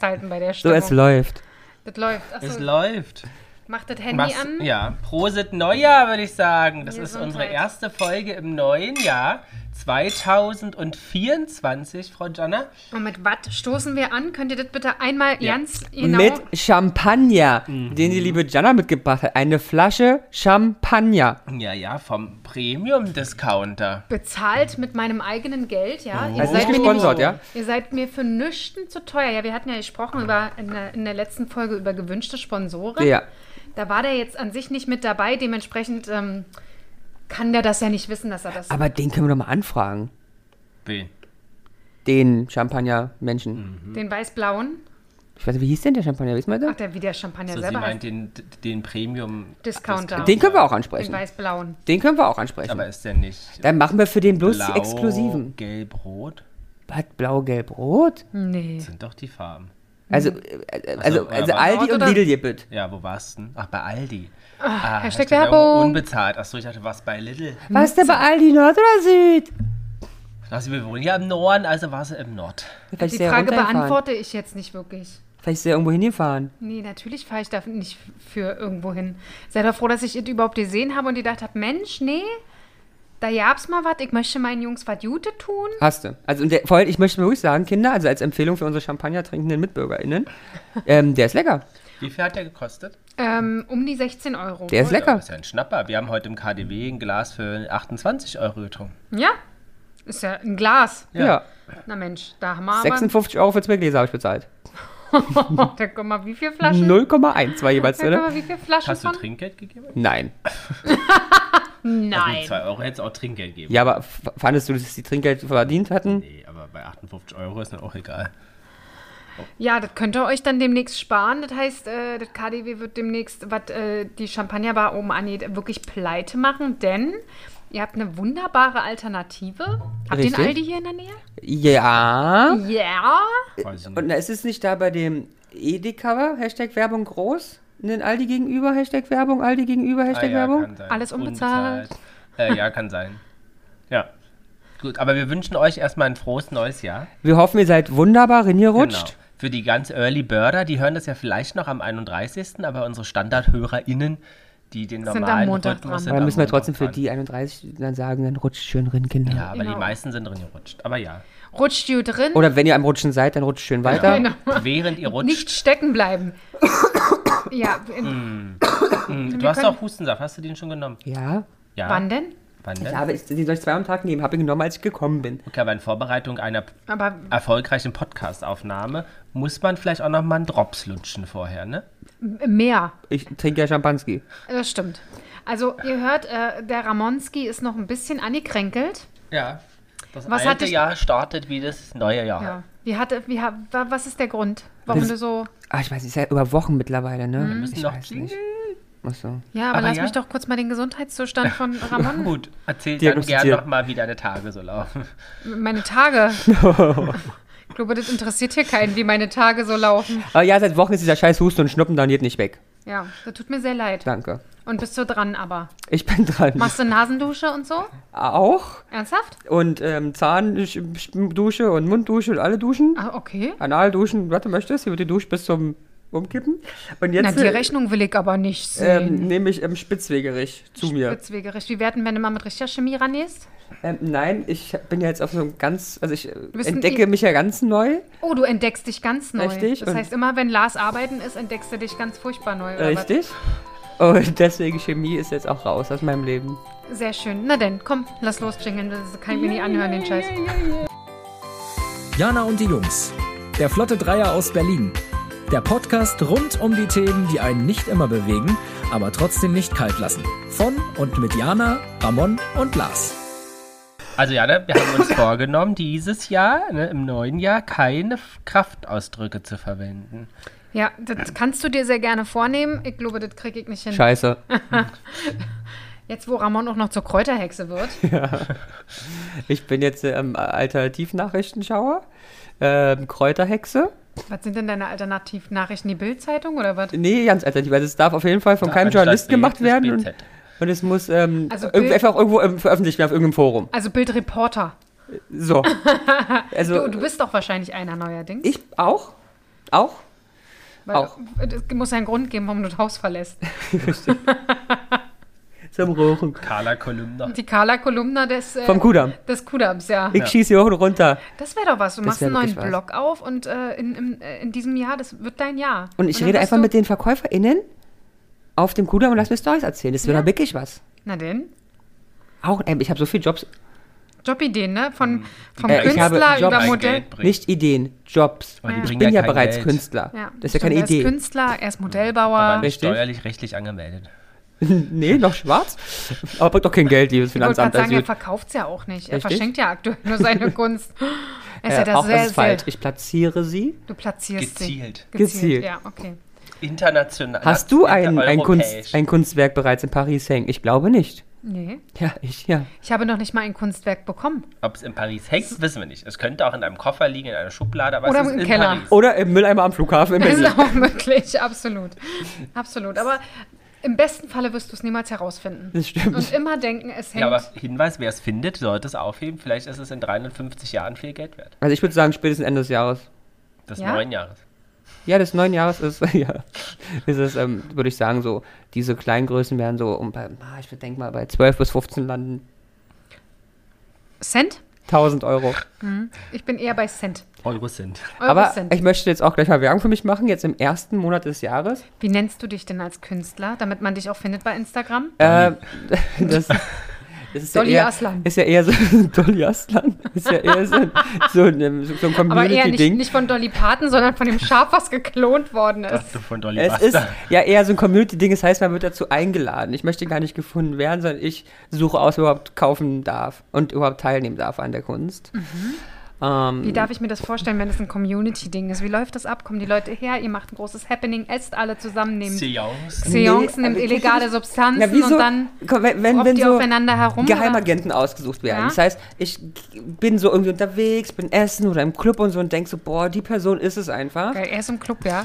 halten bei der So, Stimmung. es läuft. das läuft. Es Achso, läuft. macht das Handy Was- an. Ja, Prosit Neujahr, würde ich sagen. Das ist Gesundheit. unsere erste Folge im neuen Jahr 2024, Frau Janna. Und mit was stoßen wir an? Könnt ihr das bitte einmal Ja. ganz genau... Mit Champagner, Mhm. den die liebe Jana mitgebracht hat. Eine Flasche Champagner. Ja, ja, vom Premium-Discounter. bezahlt mit meinem eigenen Geld, ja. Oh. Ihr Also nicht mir gesponsert, ja? Ihr seid mir für nüchten zu teuer. Ja, wir hatten ja gesprochen über, in, der, in der letzten Folge über gewünschte Sponsoren. Ja. Da war der jetzt an sich nicht mit dabei. Dementsprechend ähm, kann der das ja nicht wissen, dass er das. Aber den können wir doch mal anfragen. Wen? Den Mhm. Champagner-Menschen. den weiß-blauen. Ich weiß nicht, wie hieß denn der Champagner? Wissen wir Ach, das? der wie der Champagner So, sie selber meint heißt. den, den Premium. Discounter. Den können wir auch Den ansprechen. weiß-blauen. Den können wir auch ansprechen. Aber ist der nicht Dann machen wir für den bloß blau, die exklusiven. gelb-rot? Was? Blau, Gelb, Rot? Nee. Sind doch die Farben. Also, äh, also, Ach so, also aber- Aldi Rot und oder- Lidl Jippet. Ja, wo warst du denn? Ach, bei Aldi. Ah, Hashtag ja Werbung. Unbezahlt. Achso, ich dachte, du warst bei Lidl. Hm. Warst du bei Aldi Nord oder Süd? Also, wir wohnen ja im Norden, also war sie im Nord. Vielleicht Die ist er Frage runtergefahren. beantworte ich jetzt nicht wirklich. Vielleicht ist er irgendwo hingefahren. Nee, natürlich fahre ich da nicht für irgendwo hin. Seid doch froh, dass ich es überhaupt gesehen habe und gedacht habe, Mensch, nee, da gab's mal was, ich möchte meinen Jungs was Gute tun. Hast du. Also und der, vor allem, ich möchte mir ruhig sagen, Kinder, also als Empfehlung für unsere Champagner trinkenden MitbürgerInnen, ähm, der ist lecker. Wie viel hat der gekostet? Ähm, um die 16 Euro. Der ist Ja, lecker. Das ist ja ein Schnapper. Wir haben heute im KDW ein Glas für 28 Euro getrunken. ja, ist ja ein Glas. Ja. Na Mensch, da haben wir aber... 56 Euro für zwei Gläser habe ich bezahlt. Da guck mal, wie viele Flaschen? 0,1 war jeweils Da guck drin. mal, wie viele Flaschen Hast du von... Trinkgeld gegeben? Nein. Mit Nein. 2 Euro hättest du auch Trinkgeld gegeben. Ja, aber f- fandest du, dass die Trinkgeld verdient hatten? Nee, aber bei 58 Euro ist dann auch egal. Ja, das könnt ihr euch dann demnächst sparen. Das heißt, äh, das KDW wird demnächst, was äh, die Champagnerbar oben angeht, wirklich pleite machen, denn ihr habt eine wunderbare Alternative. Habt ihr Richtig. den Aldi hier in der Nähe? Ja. Ja. Weiß ich nicht. Äh, Ah Und na, ist es nicht da bei dem Edeka, Hashtag Werbung groß? Den Aldi gegenüber, Hashtag Werbung, Aldi gegenüber, Ah, Hashtag ja, Werbung? kann sein. Alles unbezahlt. Äh, ja, kann sein. Ja. Gut, aber wir wünschen euch erstmal ein frohes neues Jahr. Wir hoffen, ihr seid wunderbar reingerutscht. Genau. Für die ganz Early Birder, die hören das ja vielleicht noch am 31., aber unsere StandardhörerInnen, die den Sind am normalen Montag Rhythmus dran. sind Aber dann am müssen wir Montag trotzdem für dran. die 31 dann sagen, dann rutscht schön rein, Kinder. Ja, aber Genau. die meisten sind drin gerutscht. Aber ja. Rutscht ihr drin? Oder wenn ihr am Rutschen seid, dann rutscht schön weiter. Genau. Während ihr rutscht. Nicht stecken bleiben. ja, in, du wir hast können- auch Hustensaft, hast du den schon genommen? Ja. Ja. wann denn? Wann denn? Ja, aber ich, die soll ich zwei am Tag nehmen. Habe ich genommen, als ich gekommen bin. Okay, aber in Vorbereitung einer p- Aber erfolgreichen Podcast-Aufnahme muss man vielleicht auch noch mal einen Drops lutschen vorher, ne? mehr. Ich trinke ja Champanski. Das stimmt. Also ihr hört, äh, der Ramonski ist noch ein bisschen angekränkelt. Ja. Das Was alte hat dich- Jahr startet wie das neue Jahr. Ja. Wie hatte, wie, ha- wa- was ist der Grund, warum Das- du so... Ah, ich weiß, ist ja über Wochen mittlerweile, ne? Mhm. Wir müssen ich noch klingeln. Ach so. Ja, aber, Aber lass ja. mich doch kurz mal den Gesundheitszustand von Ramon, Gut, erzähl dann Diagnostiziert. gerne noch mal, wie deine Tage so laufen. meine Tage. Ich glaube, das interessiert hier keinen, wie meine Tage so laufen. Aber Äh, ja, seit Wochen ist dieser scheiß Husten und Schnuppen dann geht nicht weg. Ja, das tut mir sehr leid. Danke. Und bist du dran aber? Ich bin dran. Machst du Nasendusche und so? Auch. Ernsthaft? Und ähm, Zahndusche und Munddusche und alle Duschen. Ah, okay. Analduschen, was du möchtest. Hier wird geduscht bis zum Umkippen. Und Na, jetzt die äh, Rechnung will ich aber nicht sehen. ähm, nehme ich ähm, Spitzwegerich zu mir. Spitzwegerich. Wie werden, wenn du mal mit richtiger Chemie rangehst? Ähm, nein, ich bin ja jetzt auf so einem ganz, also ich äh, bist ein entdecke I- mich ja ganz neu. Oh, du entdeckst dich ganz neu. Richtig, Das und- heißt, immer wenn Lars arbeiten ist, entdeckst du dich ganz furchtbar neu. oder was? Richtig. Und deswegen Chemie ist jetzt auch raus aus meinem Leben. Sehr schön. Na denn, komm, lass los jingeln. Das kann ich mir nie anhören, den Scheiß. Jana und die Jungs. Der Flotte Dreier aus Berlin. Der Podcast rund um die Themen, die einen nicht immer bewegen, aber trotzdem nicht kalt lassen. Von und mit Jana, Ramon und Lars. Also ja, ne, wir haben uns vorgenommen, dieses Jahr, ne, im neuen Jahr, keine F- Kraftausdrücke zu verwenden. Ja, das kannst du dir sehr gerne vornehmen. Ich glaube, das kriege ich nicht hin. Scheiße. Jetzt, wo Ramon auch noch zur Kräuterhexe wird. Ich bin jetzt ähm, Alternativnachrichtenschauer, ähm, Kräuterhexe. was sind denn deine Alternativnachrichten? Die Bildzeitung oder was? Nee, ganz alternativ. Also es darf auf jeden Fall von keinem Anstatt Journalist B gemacht ist werden. Und, BZ. und es muss ähm, Also irgendwie Bild- einfach irgendwo ähm, veröffentlicht werden, auf irgendeinem Forum. Also Bildreporter. So. Also Du, du bist doch wahrscheinlich einer neuerdings. ich auch. Auch? Weil Auch. Es muss einen Grund geben, warum du das Haus verlässt. Zum Rauchen. Carla Kolumna. Die Carla Kolumna des, äh, Vom Kudamm. des Kudams, ja. Ich schieße hier hoch und runter. Das wäre doch was. Du machst wär einen neuen wirklich was. Blog auf und äh, in, im, äh, in diesem Jahr, das wird dein Jahr. Und ich dann rede bist einfach du- mit den VerkäuferInnen auf dem Kudamm und lass mir Stories erzählen. Das wäre doch wirklich was. Na denn? Auch, ähm, ich habe so viele Jobs. Jobideen, ne? Von, vom Äh, ich habe Künstler über Job- Ein Kein Modell. Geld bringt. Nicht Ideen, Jobs. Aber die Ich bringen bin ja, ja kein bereits Geld. Stimmt, Künstler. Das ist ja stimmt, keine Er ist Idee. Künstler, er ist aber Modellbauer. nicht Richtig. steuerlich rechtlich angemeldet. nee, noch schwarz. Aber bringt doch kein Geld, liebes Ich wollte Finanzamt. gerade sagen, er Also, verkauft es ja auch nicht. Er Richtig. verschenkt ja aktuell nur seine Kunst. Er ist ja äh, da auch das sehr, ist falsch. sehr. Ich platziere sie. Du platzierst Gezielt. sie. Gezielt. Gezielt. Ja, okay. International. Hast du ein, ein, europäisch. Kunst, ein Kunstwerk bereits in Paris hängen? Ich glaube nicht. Nee. Ja, ich, ja. Ich habe noch nicht mal ein Kunstwerk bekommen. Ob es in Paris hängt, wissen wir nicht. Es könnte auch in einem Koffer liegen, in einer Schublade, aber Oder es ist im in Keller. Paris. Oder im Mülleimer am Flughafen in Ist Berlin. auch möglich, absolut. Absolut. Aber im besten Falle wirst du es niemals herausfinden. Das stimmt. Und immer denken, es Oh, hängt. Ja, aber Hinweis, wer es findet, sollte es aufheben. Vielleicht ist es in 350 Jahren viel Geld wert. Also ich würde sagen, spätestens Ende des Jahres. Des Ja? neuen Jahres. Ja, des neuen Jahres ist, ja, ist es, ähm, würde ich sagen, so, diese Kleingrößen werden so um bei, ah, ich denke mal, bei 12 bis 15 landen. Cent? 1000 Euro. Ich bin eher bei Cent. Euro sind. Euro Aber Cent. ich möchte jetzt auch gleich mal Werbung für mich machen, jetzt im ersten Monat des Jahres. Wie nennst du dich denn als Künstler, damit man dich auch findet bei Instagram? Äh, das, das ist Dolly ja eher, Aslan. Ist ja eher so, Dolly Aslan. Ist ja eher so, ein- so, ein- ähm, so ein Aber eher nicht, Community-Ding. nicht von Dolly Parton, sondern von dem Schaf, was geklont worden ist. Dachte von Dolly Es ist Buster. ja eher so ein Community-Ding, das heißt, man wird dazu eingeladen. Ich möchte gar nicht gefunden werden, sondern ich suche aus, wer überhaupt kaufen darf und überhaupt teilnehmen darf an der Kunst. Ähm, Mhm. Wie darf ich mir das vorstellen, wenn es ein Community-Ding ist? Wie läuft das ab? Kommen die Leute her, ihr macht ein großes Happening, esst alle zusammen, nehmt Seance. Seance, Nee, nehmt aber- illegale Substanzen na, wieso? und dann Komm, wenn, wenn, robbt wenn ihr so aufeinander herum. oder? Geheimagenten ausgesucht werden. Ja. Das heißt, ich bin so irgendwie unterwegs, bin essen oder im Club und so und denk so, boah, die Person ist es einfach. Geil, er ist im Club, ja.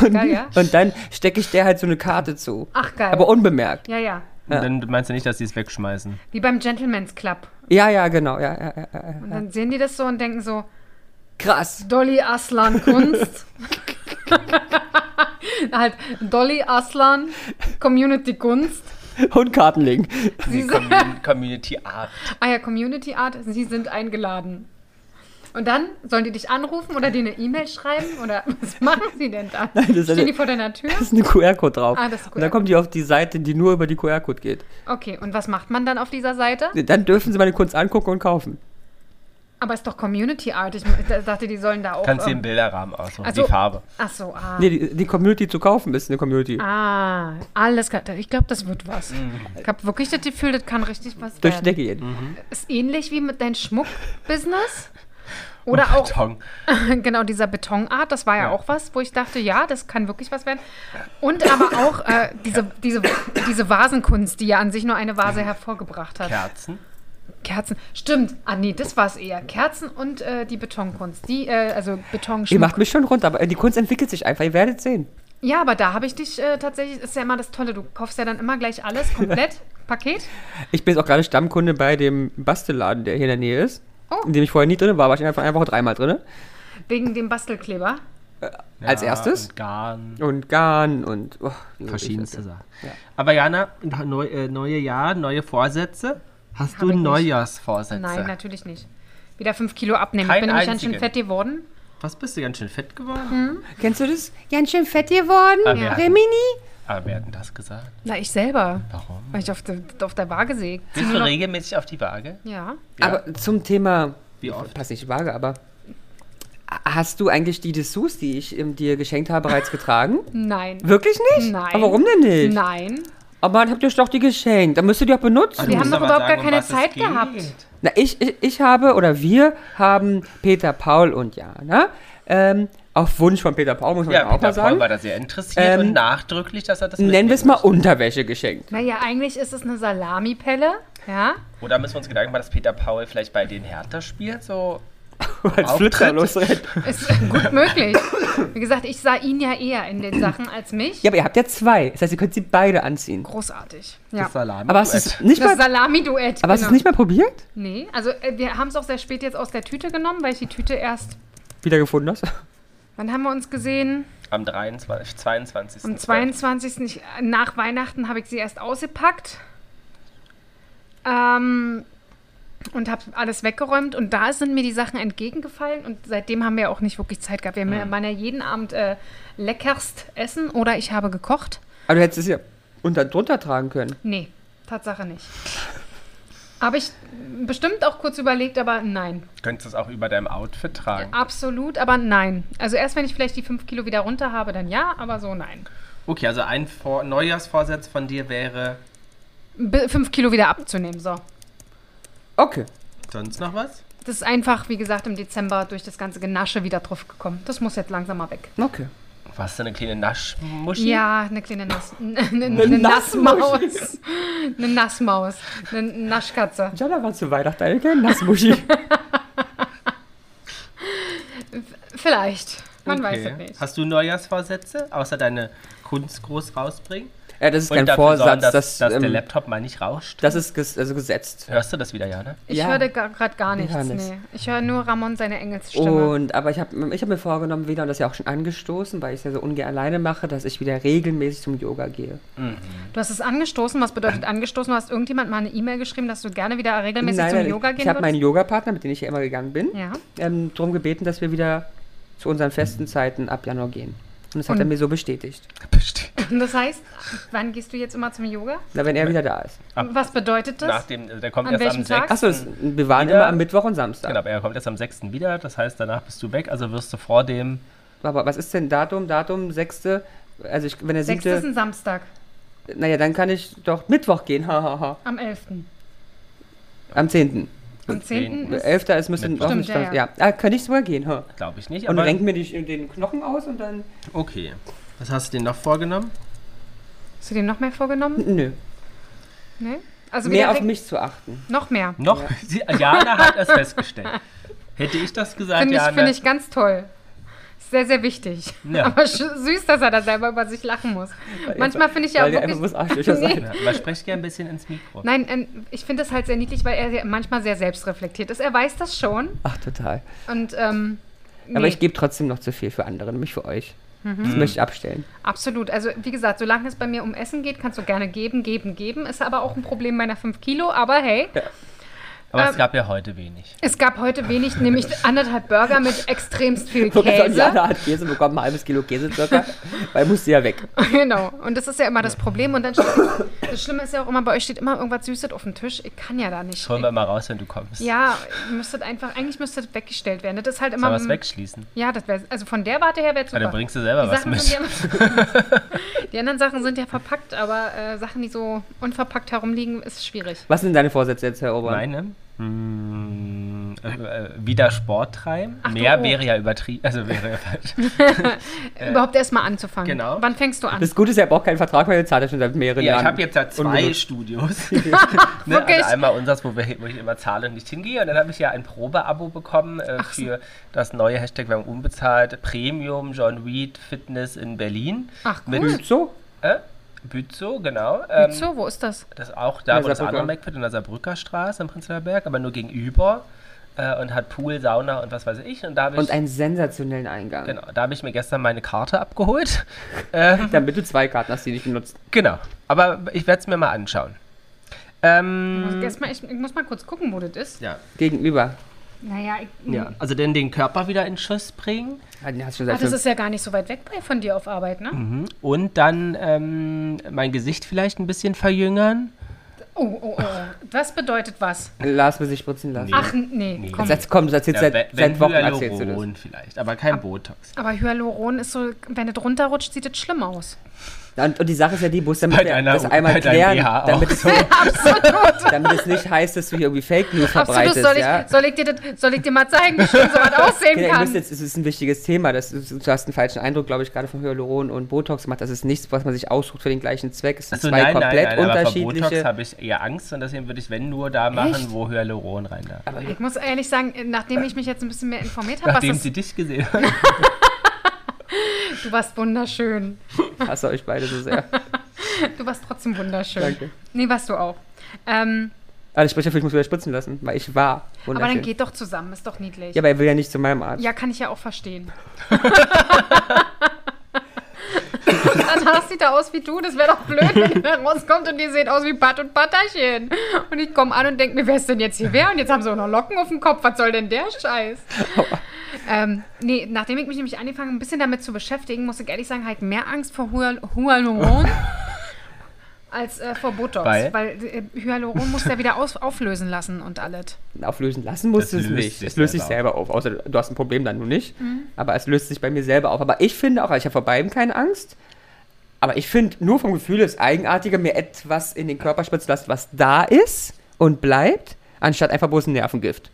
Und, Geil, ja. und dann stecke ich der halt so eine Karte zu. Ach, geil. Aber unbemerkt. Ah, ja, ja. Dann meinst du nicht, dass die es wegschmeißen? Wie beim Gentleman's Club. Ja, ja, genau. Ja, ja, ja, ja. Und dann sehen die das so und denken so, Krass. Dolly Aslan Kunst. halt Dolly Aslan Community Kunst. Und Kartenlegen. Die Commun Community Art. Ah ja, Community Art, Sie sind eingeladen. Und dann sollen die dich anrufen oder dir eine E-Mail schreiben oder was machen sie denn da? ist Stehen eine- die vor deiner Tür? Da ist ein QR-Code drauf. Ah, das ist ein und dann kommen die auf die Seite, die nur über die QR-Code geht. Okay, und was macht man dann auf dieser Seite? Dann dürfen sie meine Kunst angucken und kaufen. Aber ist doch Community Art. Ich dachte, die sollen da auch. Kannst dir ähm, den Bilderrahmen aussuchen, also- die Farbe. Ach so, ah. Nee, die, die Community zu kaufen ist eine Community. Ah, alles klar. Ich glaube, das wird was. Mhm. Ich habe wirklich das Gefühl, das kann richtig was Durch werden. die Decke gehen. Ist ähnlich wie mit deinem Schmuck-Business. Oh Oder auch Karton. genau dieser Betonart, das war ja, auch was, wo ich dachte, ja, das kann wirklich was werden. Und aber auch äh, diese, diese, diese Vasenkunst, die ja an sich nur eine Vase hervorgebracht hat. Kerzen. Kerzen. Stimmt. Ah nee, das war es eher. Kerzen und äh, die Betonkunst. Die, äh, also Ihr Betonschmuck. macht mich schon runter, aber die Kunst entwickelt sich einfach. Ihr werdet sehen. Ja, aber da habe ich dich äh, tatsächlich, ist ja immer das Tolle, du kaufst ja dann immer gleich alles, komplett, Paket. Ich bin jetzt auch gerade Stammkunde bei dem Bastelladen, der hier in der Nähe ist. Oh. In dem ich vorher nie drin war, war ich einfach eine Woche dreimal drin. Wegen dem Bastelkleber. Als erstes? Und Garn. Und Garn und oh, wie Verschiedenste Sachen. Ja. Aber Jana, neu, äh, neue Jahr, neue Vorsätze. Hast ich du nicht. Neujahrsvorsätze? Nein, natürlich nicht. Wieder fünf Kilo abnehmen. Keinen ich bin nämlich ganz schön einzigen. fett geworden. Was bist du ganz schön fett geworden? Hm? Kennst du das? Ganz schön fett geworden. Ah, wir hatten- Remini. Aber wer hat denn das gesagt? Na, ich selber. Warum? Weil ich auf, der- auf der Waage sehe. Bist du regelmäßig auf die Waage? Ja. Ja. Aber zum Thema, Wie oft? passt nicht die Waage, aber hast du eigentlich die Dessous, die ich ähm, dir geschenkt habe, bereits getragen? Nein. Wirklich nicht? Nein. Aber warum denn nicht? Nein. Aber dann habt ihr euch doch die geschenkt. Dann müsst ihr die auch benutzen. Wir Du musst haben doch aber überhaupt gar um keine was es Zeit geht. gehabt. Na, ich, ich, ich habe oder wir haben Peter Paul und Jana ähm, auf Wunsch von Peter Paul, muss man Ja, auch mal Peter Paul sagen, war da sehr interessiert Ähm, und nachdrücklich, dass er das nennen wir es mitnehmen mal Unterwäsche geschenkt. Naja, eigentlich ist es eine Salamipelle. Ja. muss. Oder müssen wir uns Gedanken machen, dass Peter Paul vielleicht bei den Hertha spielt? So, Als Auftritt? Flitzer losrennt. Ist gut möglich. Wie gesagt, ich sah ihn ja eher in den Sachen als mich. Ja, aber ihr habt ja zwei. Das heißt, ihr könnt sie beide anziehen. Großartig. Ja. das Salami. Aber hast du es Duett. nicht Das genau. mal, Salami-Duett. aber hast du es nicht mal probiert? Nee, also äh, wir haben es auch sehr spät jetzt aus der Tüte genommen, weil ich die Tüte erst, Wiedergefunden hast? Wann haben wir uns gesehen? Am 23, 22. Am 22. Ich, äh, nach Weihnachten habe ich sie erst ausgepackt. Ähm, und habe alles weggeräumt und da sind mir die Sachen entgegengefallen und seitdem haben wir auch nicht wirklich Zeit gehabt. Wir haben ja- waren ja jeden Abend äh, leckerst essen oder ich habe gekocht. Aber du hättest es ja unter drunter tragen können. Nee, Tatsache nicht. Habe ich bestimmt auch kurz überlegt, aber nein. Du könntest es auch über deinem Outfit tragen. Absolut, aber nein. Also erst wenn ich vielleicht die 5 Kilo wieder runter habe, dann ja, aber so nein. Okay, also ein Vor Neujahrsvorsatz von dir wäre B 5 Kilo wieder abzunehmen, so. Okay. sonst noch was? Das ist einfach, wie gesagt, im Dezember durch das ganze Genasche wieder drauf gekommen. Das muss jetzt langsam mal weg. Okay. Was du eine kleine Naschmuschi? Ja, eine kleine Nass, eine, eine Nassmaus. Eine Nassmaus. Eine Naschkatze. Jana war zu Weihnachten eine kleine Nassmuschi. Vielleicht. Man Okay. weiß es nicht. Hast du Neujahrsvorsätze, außer deine Kunst groß rausbringen? ja, das ist Und kein dafür Vorsatz. sorgen, dass, das, dass der ähm, Laptop mal nicht rauscht? das ist ges also gesetzt. Hörst du das wieder, Jana? ich ja. höre gerade gar nichts. Johannes. Nee. Ich höre nur Ramon seine Engelsstimme. Und aber ich habe ich hab mir vorgenommen, wieder, und das ist ja auch schon angestoßen, weil ich es ja so ungern alleine mache, dass ich wieder regelmäßig zum Yoga gehe. Du hast es angestoßen. Was bedeutet angestoßen? Du hast irgendjemand mal eine E-Mail geschrieben, dass du gerne wieder regelmäßig zum ich- Yoga gehen ich habe meinen würdest? Yoga-Partner, mit dem ich ja immer gegangen bin, Ja. ähm, darum gebeten, dass wir wieder zu unseren festen Zeiten ab Januar gehen. Und das hat Und- er mir so bestätigt. Bestimmt. Und das heißt, wann gehst du jetzt immer zum Yoga? Na, Hm. wenn er wieder da ist. Ab- Was bedeutet das? Nach dem, der kommt An erst am welchem Tag? 6. Achso, es- wir waren Wieder- immer am Mittwoch und Samstag. Genau, er kommt erst am 6. wieder, das heißt, danach bist du weg, also wirst du vor dem. Aber was ist denn Datum? Datum 6. Also ich, wenn der Sechstes ist siebte, ein Samstag, naja, dann kann ich doch Mittwoch gehen, hahaha. am 11. Am 10. Am 10. ist 11. ist müsste Mittwoch. auch nicht Stimmt, ja, ja, ja. Ah, kann ich sogar gehen, ha. Glaube ich nicht, Und aber. renkt mir die, den Knochen aus und dann. Okay. Was hast du dir noch vorgenommen? Hast du dir noch mehr vorgenommen? Nö. Nee? Also Mehr wieder auf reg- mich zu achten. Noch mehr. Noch? Sie- Jana hat es festgestellt. Hätte ich das gesagt, Finde ich, Jana. find ich ganz toll. Ist Sehr, sehr wichtig. Ja. Aber sch- süß, dass er da selber über sich lachen muss. Manchmal finde ich ja auch weil ihr einfach wirklich... bloß Arschlöcher Nee. seid. Ja, aber sprech gerne ein bisschen ins Mikro. Nein, ähm, ich finde das halt sehr niedlich, weil er sehr- manchmal sehr selbstreflektiert ist. Er weiß das schon Ach, total. und ähm, nee, Mhm. Aber ich gebe trotzdem noch zu viel für andere, nämlich für euch. Das möchte ich abstellen. absolut. Also wie gesagt, solange es bei mir um Essen geht, kannst du gerne geben, geben, geben. Ist aber auch ein Problem meiner 5 Kilo, aber hey. Aber Ähm, es gab ja heute wenig. Es gab heute wenig, nämlich anderthalb Burger mit extremst viel Ich wollte sagen, Käse. Jana hat Käse bekommen, ein halbes Kilo Käse circa, weil musste ja weg. Genau. Und das ist ja immer das Problem. Und dann steht, das Schlimme ist ja auch immer, bei euch steht immer irgendwas Süßes auf dem Tisch. Ich kann ja da nicht. Das holen wir mal raus, wenn du kommst. Ja, ihr müsstet einfach, eigentlich müsstet das weggestellt werden. Das ist halt Soll immer. was wegschließen? Ja, das wäre, also von der Warte her wäre Ja, dann super. bringst du selber die, was Sachen sind mit. ja, die anderen Sachen sind ja verpackt, aber äh, Sachen, die so unverpackt herumliegen, ist schwierig. Was sind deine Vorsätze jetzt, Herr Obern? Meine? Hm, äh, äh, wieder Sport treiben? du, Mehr oh. wäre ja übertrieben. Also wäre ja falsch. Überhaupt erst mal anzufangen. Äh, genau. Wann fängst du an? Das Gute ist, er braucht keinen Vertrag mehr, den zahlt er schon seit mehreren Ja, Jahren. ich habe jetzt ja zwei Ungenutzt. Studios. ne, Wirklich? also einmal unseres, wo, wir, wo ich immer zahle und nicht hingehe. Und dann habe ich ja ein Probeabo bekommen äh, für das neue Hashtag, wir haben unbezahlt, Premium John Reed Fitness in Berlin. Ach, cool. Mit So? äh, Bützow, genau. Ähm, so, wo ist das? Das auch da, In wo der das Saarbrücker. andere McFit in der Saarbrücker Straße im Prenzlauer Berg, aber nur gegenüber. Äh, und hat Pool, Sauna und was weiß ich. Und da habe ich, Und einen sensationellen Eingang. genau, da hab ich mir gestern meine Karte abgeholt. ähm, Damit du zwei Karten hast, die nicht benutzt. genau. Aber ich werde es mir mal anschauen. Ähm, Ich muss Also erst mal- Ich, ich muss mal kurz gucken, wo das ist. ja. Gegenüber. Naja, ich, Ja, also denn den Körper wieder in Schuss bringen Ah, den hast du schon Ah, seit das fünf- ist ja gar nicht so weit weg bei- von dir auf Arbeit, ne? und dann ähm, mein Gesicht vielleicht ein bisschen verjüngern. Oh, oh, oh. Was bedeutet was? Lars will sich spritzen lassen. Ach, nee, komm. Jetzt, komm, du erzählst wenn- seit, seit wenn Wochen Hyaluron erzählst du das. vielleicht, aber kein Botox. Aber Hyaluron ist so, wenn es runterrutscht, sieht es schlimm aus. Und, und die Sache ist ja die, Bus, damit Bei wir deiner- das einmal bei deinem klären, BH auch. damit es, Absolut. damit es nicht heißt, dass du hier irgendwie Fake News Absolut. verbreitest. Soll ich, ja? soll, ich dir das, soll ich dir mal zeigen, wie schön sowas aussehen Kinder, ihr kann? müsst jetzt, es ist ein wichtiges Thema. Das, ist- du hast einen falschen Eindruck, glaube ich, gerade von Hyaluron und Botox gemacht. Das ist nichts, was man sich aussucht für den gleichen Zweck. Es sind Also zwei nein, nein, komplett nein, aber vor Botox unterschiedliche. habe ich eher Angst und deswegen würde ich, wenn nur, da machen, Echt? wo Hyaluron rein darf. Ich muss ehrlich sagen, nachdem ich mich jetzt ein bisschen mehr informiert habe, Nachdem was sie das, dich gesehen haben. du warst wunderschön. ich hasse euch beide so sehr. Du warst trotzdem wunderschön. Danke. Nee, warst du auch. Ähm, Also ich spreche dafür, ich muss wieder spritzen lassen, weil ich war. Aber dann wunderschön. geht doch zusammen, ist doch niedlich. Ja, aber er will ja nicht zu meinem Arzt. Ja, kann ich ja auch verstehen. Danach sieht er aus wie du. Das wäre doch blöd, wenn er rauskommt und ihr seht aus wie Bart und Patterchen. Und ich komme an und denke mir, wer ist denn jetzt hier wer? Und jetzt haben sie auch noch Locken auf dem Kopf. Was soll denn der Scheiß? ähm, nee, nachdem ich mich nämlich angefangen ein bisschen damit zu beschäftigen, muss ich ehrlich sagen, halt mehr Angst vor Hyal Hyaluron als äh, vor Botox. Weil? Weil äh, Hyaluron muss ja wieder aus auflösen lassen und alles. Auflösen lassen musst du Das es löst nicht. sich es löst sich selber selber auf. Außer du hast ein Problem dann nur nicht. Aber es löst sich bei mir selber auf. Aber ich finde auch, ich habe vor beidem keine Angst. Aber ich finde nur vom Gefühl das Eigenartige, mir etwas in den Körper spritzen lassen, was da ist und bleibt, anstatt einfach bloß ein Nervengift.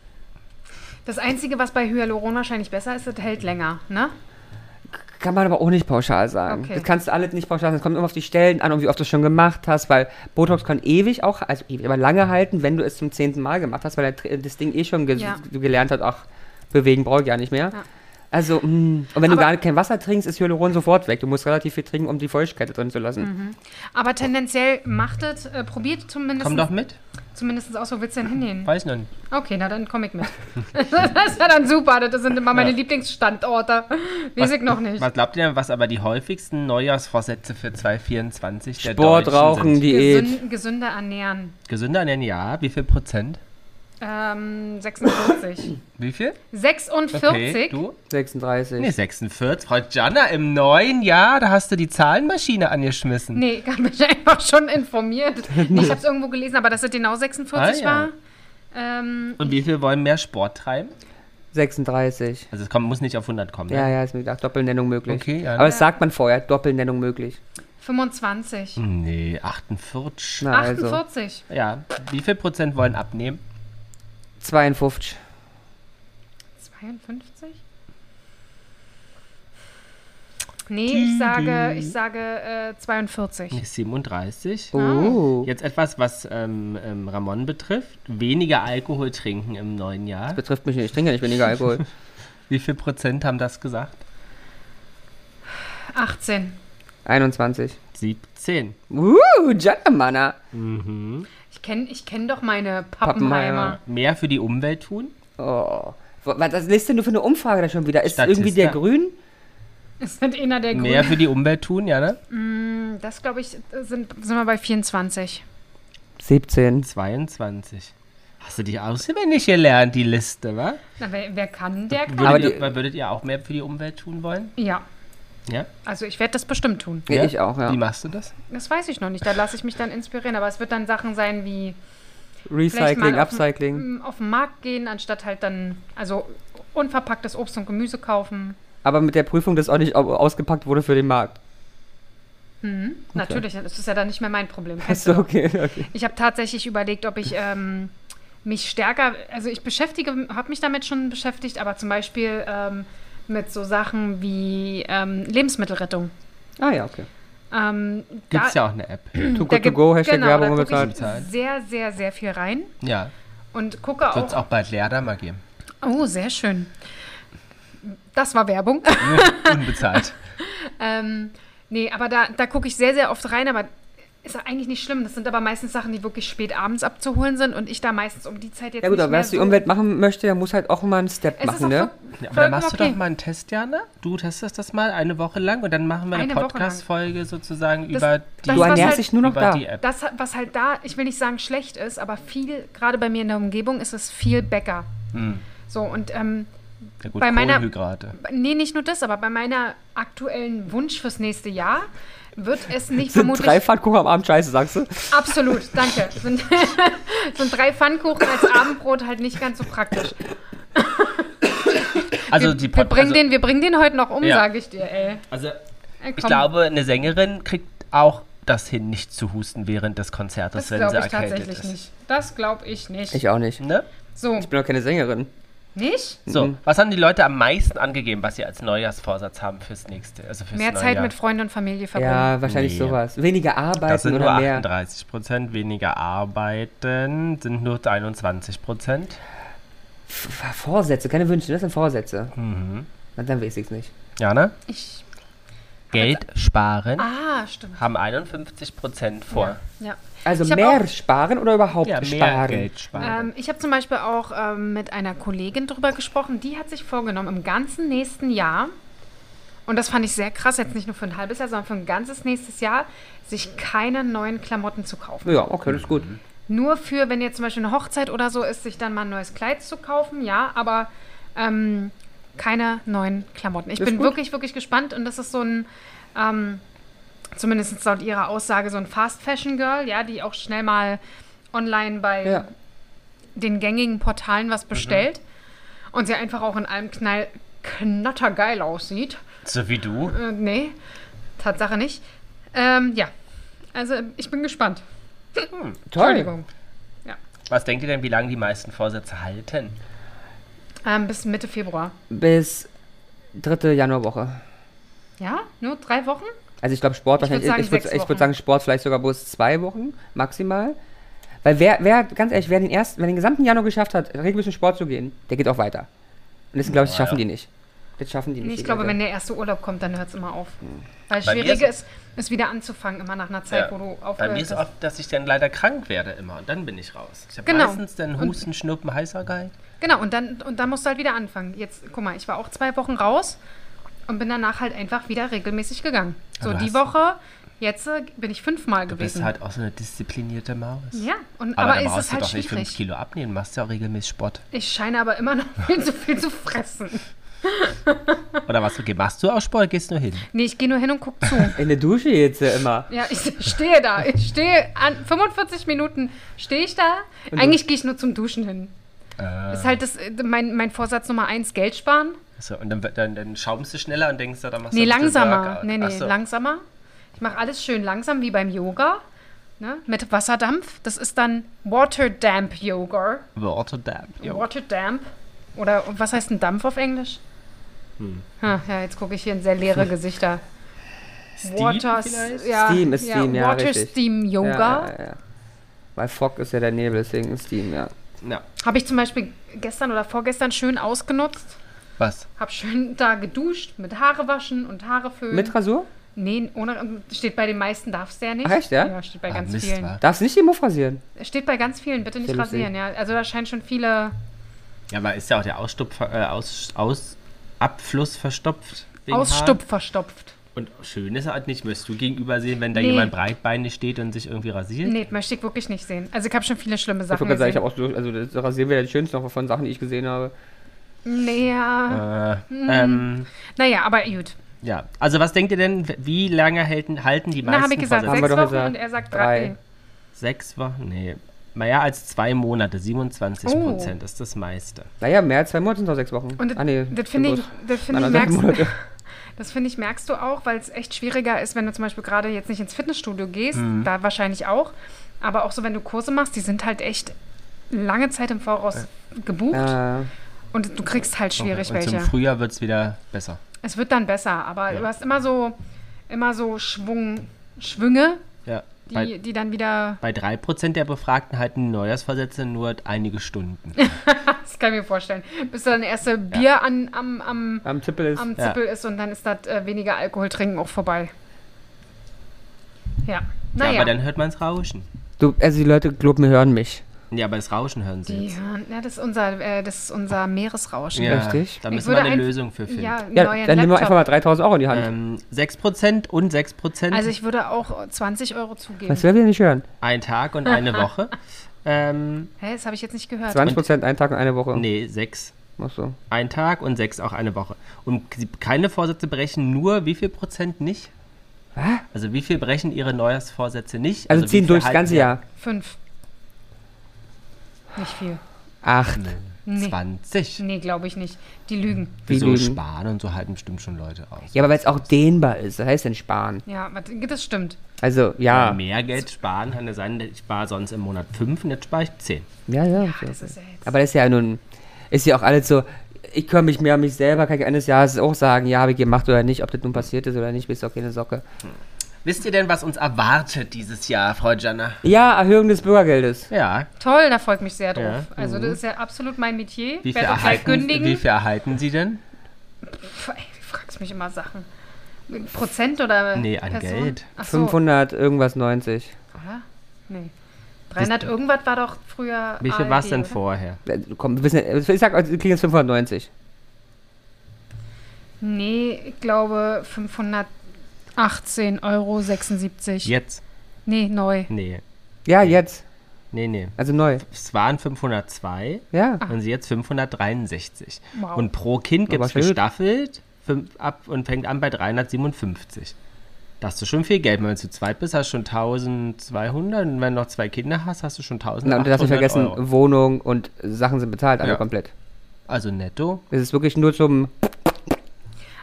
Das Einzige, was bei Hyaluron wahrscheinlich besser ist, das hält länger, ne? Kann man aber auch nicht pauschal sagen. Okay. Das kannst du alles nicht pauschal sagen. Es kommt immer auf die Stellen an und wie oft du es schon gemacht hast, weil Botox kann ewig auch, also ewig, aber lange halten, wenn du es zum zehnten Mal gemacht hast, weil der, das Ding eh schon ge Ja. gelernt hat, ach, bewegen brauche ich ja nicht mehr. Also, mh. und wenn du Aber- gar kein Wasser trinkst, ist Hyaluron sofort weg. Du musst relativ viel trinken, um die Feuchtigkeit drin zu lassen. Mhm. Aber tendenziell machtet, äh, probiert zumindest, Komm doch mit. zumindest aus, wo willst du denn hingehen? Weiß noch nicht. Okay, na dann komm ich mit. das ist ja dann super, das sind immer meine Lieblingsstandorte. Weiß ich noch nicht. Was glaubt ihr denn, was aber die häufigsten Neujahrsvorsätze für 2024 der Sport, Deutschen Rauchen, sind? Diät. Gesün- gesünder ernähren. Gesünder ernähren, ja. Wie viel Prozent? Ähm, 46. Wie viel? 46? Okay, du? 36. Nee, 46. Frau Gianna, im neuen Jahr, da hast du die Zahlenmaschine angeschmissen. Nee, ich habe mich einfach schon informiert. Nee, ich habe es irgendwo gelesen, aber dass es genau 46 Ah, ja. war. Ähm, Und wie viel wollen mehr Sport treiben? 36. Also es kommt, muss nicht auf 100 kommen. ne? Ja, ja, ist mir gedacht, Doppelnennung möglich. Okay, ja. Aber das sagt man vorher, Doppelnennung möglich. 25. Nee, 48. Na, also 48. Ja, wie viel Prozent wollen abnehmen? 52. 52? Nee, ich sage, ich sage äh, 42. 37. Ah. Oh. Jetzt etwas, was ähm, ähm, Ramon betrifft. Weniger Alkohol trinken im neuen Jahr. Betrifft mich nicht, ich trinke ja nicht weniger Alkohol. Wie viel Prozent haben das gesagt? 18. 21. 17. Uh, Jackamana. Ich kenne ich kenn doch meine Pappenheimer. Pappenheimer. Mehr für die Umwelt tun? Oh. Was was ist denn nur für eine Umfrage da schon wieder? Ist Statista. irgendwie der Grün? Ist nicht einer der Mehr Grünen. Hm, für die Umwelt tun, ja, ne? Das, glaube ich, sind, sind wir bei 24. 17. 22. Hast du die auswendig gelernt, die Liste, wa? Na, wer, wer kann, der kann. Würdet, Aber ihr, die- würdet ihr auch mehr für die Umwelt tun wollen? Ja, Ja? also ich werde das bestimmt tun. Ja, Ja? Ich auch, ja. Wie machst du das? Das weiß ich noch nicht, da lasse ich mich dann inspirieren. Aber es wird dann Sachen sein wie vielleicht Recycling, mal auf den- Upcycling. m, auf den Markt gehen, anstatt halt dann, also unverpacktes Obst und Gemüse kaufen. Aber mit der Prüfung, dass auch nicht au- ausgepackt wurde für den Markt. Hm, Natürlich, das ist ja dann nicht mehr mein Problem. kennst Achso, okay, okay. Ich habe tatsächlich überlegt, ob ich ähm, mich stärker, also ich beschäftige, habe mich damit schon beschäftigt, aber zum Beispiel ähm, mit so Sachen wie ähm, Lebensmittelrettung. Ah ja, okay. Ähm, Gibt es da- ja auch eine App. Too da good to gibt- go, Hashtag genau, Werbung da gucke bezahlt. bezahlt. ich sehr, sehr, sehr viel rein Ja. und gucke Wird es auch, auch bald Lehrda mal geben. Oh, sehr schön. Das war Werbung. Unbezahlt. ähm, nee, aber da, da gucke ich sehr, sehr oft rein, aber ist ja eigentlich nicht schlimm. Das sind aber meistens Sachen, die wirklich spät abends abzuholen sind und ich da meistens um die Zeit jetzt Ja gut, nicht aber mehr wer es die so- Umwelt machen möchte, der muss halt auch mal einen Step Es ist machen, auch ne? voll- Ja, aber dann vollkommen machst du okay. doch mal einen Test, Jana. Du testest das mal eine Woche lang und dann machen wir eine, Eine Woche lang. Podcast-Folge sozusagen Das- über die, das Du was ernährst halt- dich nur noch über da. die App. Das, was halt da, ich will nicht sagen schlecht ist, aber viel, gerade bei mir in der Umgebung, ist es viel Bäcker. Hm. So, und ähm, Ja, gut, bei meiner- Kohlenhydrate. nee, nicht nur das, aber bei meiner aktuellen Wunsch fürs nächste Jahr wird es nicht Sind vermutlich... drei Pfannkuchen am Abend scheiße, sagst du? Absolut, danke. Sind, sind drei Pfannkuchen als Abendbrot halt nicht ganz so praktisch. Also die Wir Pod- bringen, also, den, wir bringen den heute noch um, Ja. sage ich dir, ey. Also ey ich komm. glaube, eine Sängerin kriegt auch das hin, nicht zu husten während des Konzertes, das wenn sie glaube ich erkältet tatsächlich ist. nicht. Das glaube ich nicht. Ich auch nicht. Ne? so, Ich bin doch keine Sängerin. nicht? So, was haben die Leute am meisten angegeben, was sie als Neujahrsvorsatz haben fürs nächste? Also fürs Mehr neue Zeit Jahr? mit Freunden und Familie verbringen. Ja, wahrscheinlich Nee. sowas. Weniger arbeiten Das sind nur oder mehr. 38 Prozent, weniger arbeiten sind nur 21 Prozent. Pff, Mhm. Vorsätze, keine Wünsche, das sind Vorsätze. Na, dann weiß ich's nicht. Jana? Ich Geld sparen, Also- Ah, stimmt. haben 51% vor. Ja. Also Ich hab mehr auch- sparen oder überhaupt Ja, mehr sparen? Geld sparen. Ähm, ich habe zum Beispiel auch ähm, mit einer Kollegin drüber gesprochen, die hat sich vorgenommen, im ganzen nächsten Jahr, und das fand ich sehr krass, jetzt nicht nur für ein halbes Jahr, sondern für ein ganzes nächstes Jahr, sich keine neuen Klamotten zu kaufen. Ja, okay, das ist gut. Mhm. Nur für, wenn jetzt zum Beispiel eine Hochzeit oder so ist, sich dann mal ein neues Kleid zu kaufen, ja, aber ähm, keine neuen Klamotten. Ich Ist bin gut. wirklich, wirklich gespannt und das ist so ein, ähm, zumindest laut ihrer Aussage, so ein Fast Fashion Girl, ja, die auch schnell mal online bei Ja. Mhm. den gängigen Portalen was bestellt und sie einfach auch in allem Knall knattergeil aussieht. So wie du. Äh, nee, Tatsache nicht. Ähm, ja, also ich bin gespannt. Toll. Entschuldigung. Was denkt ihr denn, wie lange die meisten Vorsätze halten? Ähm, bis Mitte Februar. Bis dritte Januarwoche. Ja, nur drei Wochen? Also ich glaube Sport Ich würd wahrscheinlich. sagen, ich würde sechs ich Wochen. würd sagen Sport vielleicht sogar bloß zwei Wochen maximal. Weil wer, wer ganz ehrlich, wer den ersten, wer den gesamten Januar geschafft hat, regelmäßig Sport zu gehen, der geht auch weiter. Und deswegen glaube ich, das Ja, schaffen ja. die nicht. Das schaffen die Nee, nicht. ich die glaube, Leute. wenn der erste Urlaub kommt, dann hört es immer auf. Weil Hm. Bei mir schwieriger ist- ist, ist wieder anzufangen, immer nach einer Zeit, wo du Bei mir aufgehört ist hast. oft, dass ich dann leider krank werde immer und dann bin ich raus. Ich habe Genau. meistens dann Husten, Schnuppen, Heißergeil. Genau, und dann, und dann musst du halt wieder anfangen. Jetzt, guck mal, ich war auch zwei Wochen raus und bin danach halt einfach wieder regelmäßig gegangen. So, du die hast- Woche, jetzt äh, bin ich fünfmal Du bist gewesen. halt auch so eine disziplinierte Maus. ja, und, Aber, aber, dann ist brauchst es du halt doch nicht 5 schwierig. Kilo abnehmen, machst ja auch regelmäßig Sport. Ich scheine aber immer noch viel zu viel zu fressen. Oder was okay, machst du auch Sport, gehst nur hin. Nee, ich gehe nur hin und guck zu. In der Dusche jetzt äh, immer. Ja, ich stehe da. Ich stehe an 45 Minuten stehe ich da. Eigentlich gehe ich nur zum Duschen hin. Ah. Ist halt das, äh, mein, mein Vorsatz Nummer eins, Geld sparen. So, und dann, dann, dann schaumst du schneller und denkst, dann machst du Nee, ein bisschen langsamer. Workout. Nee, nee, Ach so. langsamer. Ich mache alles schön langsam, wie beim Yoga. Ne? Mit Wasserdampf. Das ist dann Water Damp Yoga. Water damp. Jo. Water Damp. Oder was heißt ein Dampf auf Englisch? Hm. Ha, ja, jetzt gucke ich hier in sehr leere Gesichter. Water vielleicht? ja, Steam ist Steam, ja, Water richtig. Steam Yoga. Ja, ja, ja. Weil Fog ist ja der Nebel, deswegen Steam, ja. Na, Habe ich zum Beispiel gestern oder vorgestern schön ausgenutzt. was? Habe schön da geduscht mit Haare waschen und Haare föhnen. Mit Rasur? nee, ohne, steht bei den meisten darfst du ja nicht. Ach, echt, ja? Ja, steht bei Ah, ganz Mist, vielen. wa? Darfst nicht die Muff rasieren? Steht bei ganz vielen, bitte nicht Sehr lustig. rasieren, ja. Also da scheinen schon viele Ja, aber ist ja auch der Ausstupf, äh, aus, aus, Abfluss verstopft. wegen Ausstupf Haaren. verstopft. Und schön ist er halt nicht. Möchtest du gegenüber sehen, wenn da Nee. jemand breitbeinig steht und sich irgendwie rasiert? Nee, möchte ich wirklich nicht sehen. Also ich habe schon viele schlimme Ich Sachen wollte gerade sagen, ich gesehen. habe auch so, also das Rasieren wäre die schönste noch von Sachen, die ich gesehen habe. nee, ja. Äh, Mhm. ähm, Naja, aber gut. ja, also was denkt ihr denn, wie lange halten, halten die meisten Na, habe ich gesagt, Vorsätze? Haben wir sechs doch Wochen gesagt. und er sagt Drei. drei. Sechs Wochen? Nee. Mehr als zwei Monate, 27 Oh. Prozent ist das meiste. Naja, mehr als zwei Monate sind doch sechs Wochen. Und das, Ah, nee, das finde ich, stimmt das finde ich, bloß. Anderthalb merkst, Monate. Das finde ich, merkst du auch, weil es echt schwieriger ist, wenn du zum Beispiel gerade jetzt nicht ins Fitnessstudio gehst, Mhm. da wahrscheinlich auch, aber auch so, wenn du Kurse machst, die sind halt echt lange Zeit im Voraus gebucht Äh, und du kriegst halt schwierig und welche. zum Frühjahr wird es wieder besser. Es wird dann besser, aber du hast immer so, immer so Schwung, Schwünge, Ja. Bei, die, die dann wieder, bei 3% der Befragten halten die Neujahrsvorsätze nur einige Stunden. das kann ich mir vorstellen, bis dann das erste Bier an, am, am, am Tippel ist. am Ja. Zippel ist und dann ist das äh, weniger Alkohol trinken auch vorbei. Ja, naja. Ja, aber dann hört man das Rauschen. du, also die Leute, glaub mir, hören mich. Ja, aber das Rauschen hören sie Die jetzt. hören, ja, das ist unser, äh, das ist unser Meeresrauschen. Ja, Richtig. Da Ich müssen wir würde eine ein- Lösung für finden. Ja, einen Ja, neuen dann nehmen wir Laptop. einfach mal 3000 Euro in die Hand. Ähm, 6% und 6% Also ich würde auch 20 Euro zugeben. Was will wir nicht hören? ein Tag und eine Woche. ähm, Hä, das habe ich jetzt nicht gehört. 20% ein Tag und eine Woche. nee, Also 6. Ach so. Ein Tag und 6 auch eine Woche. Und sie- keine Vorsätze brechen, nur wie viel Prozent nicht? Hä? Also wie viel brechen ihre Neujahrsvorsätze nicht? Also, wie ziehen viel durchs halten ganze sie- Jahr. Fünf. Nicht viel. Acht. Hm, Nee, Hm. 20. nee glaube ich nicht. Die lügen. Die Wieso lügen. sparen und so halten bestimmt schon Leute aus. Ja, aber weil es auch dehnbar ist. Das heißt denn sparen. Ja, wat- das stimmt. Also, Weil ja. Mehr Geld sparen kann ja sein, ich spare sonst im Monat 5 und jetzt spare ich 10. Ja, ja. Ja, Ah, so. das ist ja jetzt. Aber das ist ja nun, ist ja auch alles so, ich kümmere mich mehr um mich selber, kann ich eines Jahres auch sagen, ja, habe ich gemacht oder nicht, ob das nun passiert ist oder nicht, bist auch keine Socke. Wisst ihr denn, was uns erwartet dieses Jahr, Frau Janna? Ja, Erhöhung des Bürgergeldes. Ja, Toll, da freut mich sehr drauf. Ja. mhm. Also das ist ja absolut mein Metier. wie viel, Werde gleich erhalten, kündigen. wie viel erhalten Sie denn? Pff, ey, du fragst mich immer Sachen. Prozent oder? Nee, an Person? Geld. Ach so, 500 irgendwas 90. Oder? Nee. 300 irgendwas war doch früher. Wie viel ARD, war es denn oder? vorher? Äh, Komm, wir wissen, ja- ich sag, also, wir kriegen jetzt 590. Nee, ich glaube 18,76 Euro. 76. Jetzt? Nee, neu. Nee. Ja, jetzt. Nee, nee. Also neu. Es waren 502 Ja. und sie jetzt 563. Wow. Und pro Kind gibt Aber es schön. gestaffelt fünf, ab und fängt an bei 357. Das ist schon viel Geld. Wenn du zu zweit bist, hast du schon 1200. Und wenn du noch zwei Kinder hast, hast du schon Na, und du 1800 darfst nicht vergessen, Euro. Wohnung und Sachen sind bezahlt, alle Ja. komplett. Also netto. Es ist wirklich nur zum.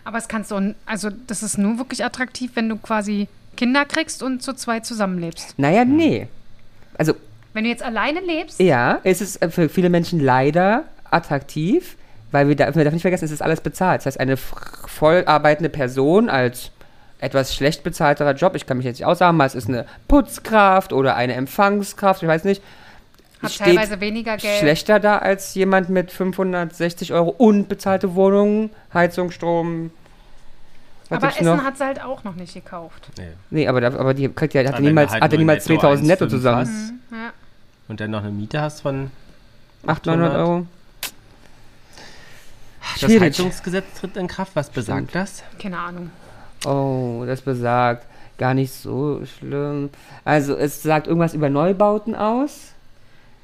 Aber es kannst du, also das ist nur wirklich attraktiv, wenn du quasi Kinder kriegst und zu zweit zusammenlebst. Naja, nee. Also, Wenn du jetzt alleine lebst, ja, es ist äh, für viele Menschen leider attraktiv, weil wir, da, wir darf nicht vergessen, es ist alles bezahlt. Das heißt, eine f- voll arbeitende Person als etwas schlecht bezahlterer Job, ich kann mich jetzt nicht aussagen, aber es ist eine Putzkraft oder eine Empfangskraft, ich weiß nicht, hat steht teilweise weniger Geld. schlechter da als jemand mit 560 Euro unbezahlte Wohnung, Heizung, Strom. Was Aber gibt's Essen noch? hat sie halt auch noch nicht gekauft. Nee, aber, da, aber die kriegt ja, hat Ah, ja wenn du niemals, halt hat ja nur niemals 2000 netto 1,5 zusammen. hast Ja. Und dann noch eine Miete hast von 800, 900 Euro. Das Schwierig. Heizungsgesetz tritt in Kraft. Was besagt das? Keine Ahnung. Oh, das besagt. Gar nicht so schlimm. Also, es sagt irgendwas über Neubauten aus.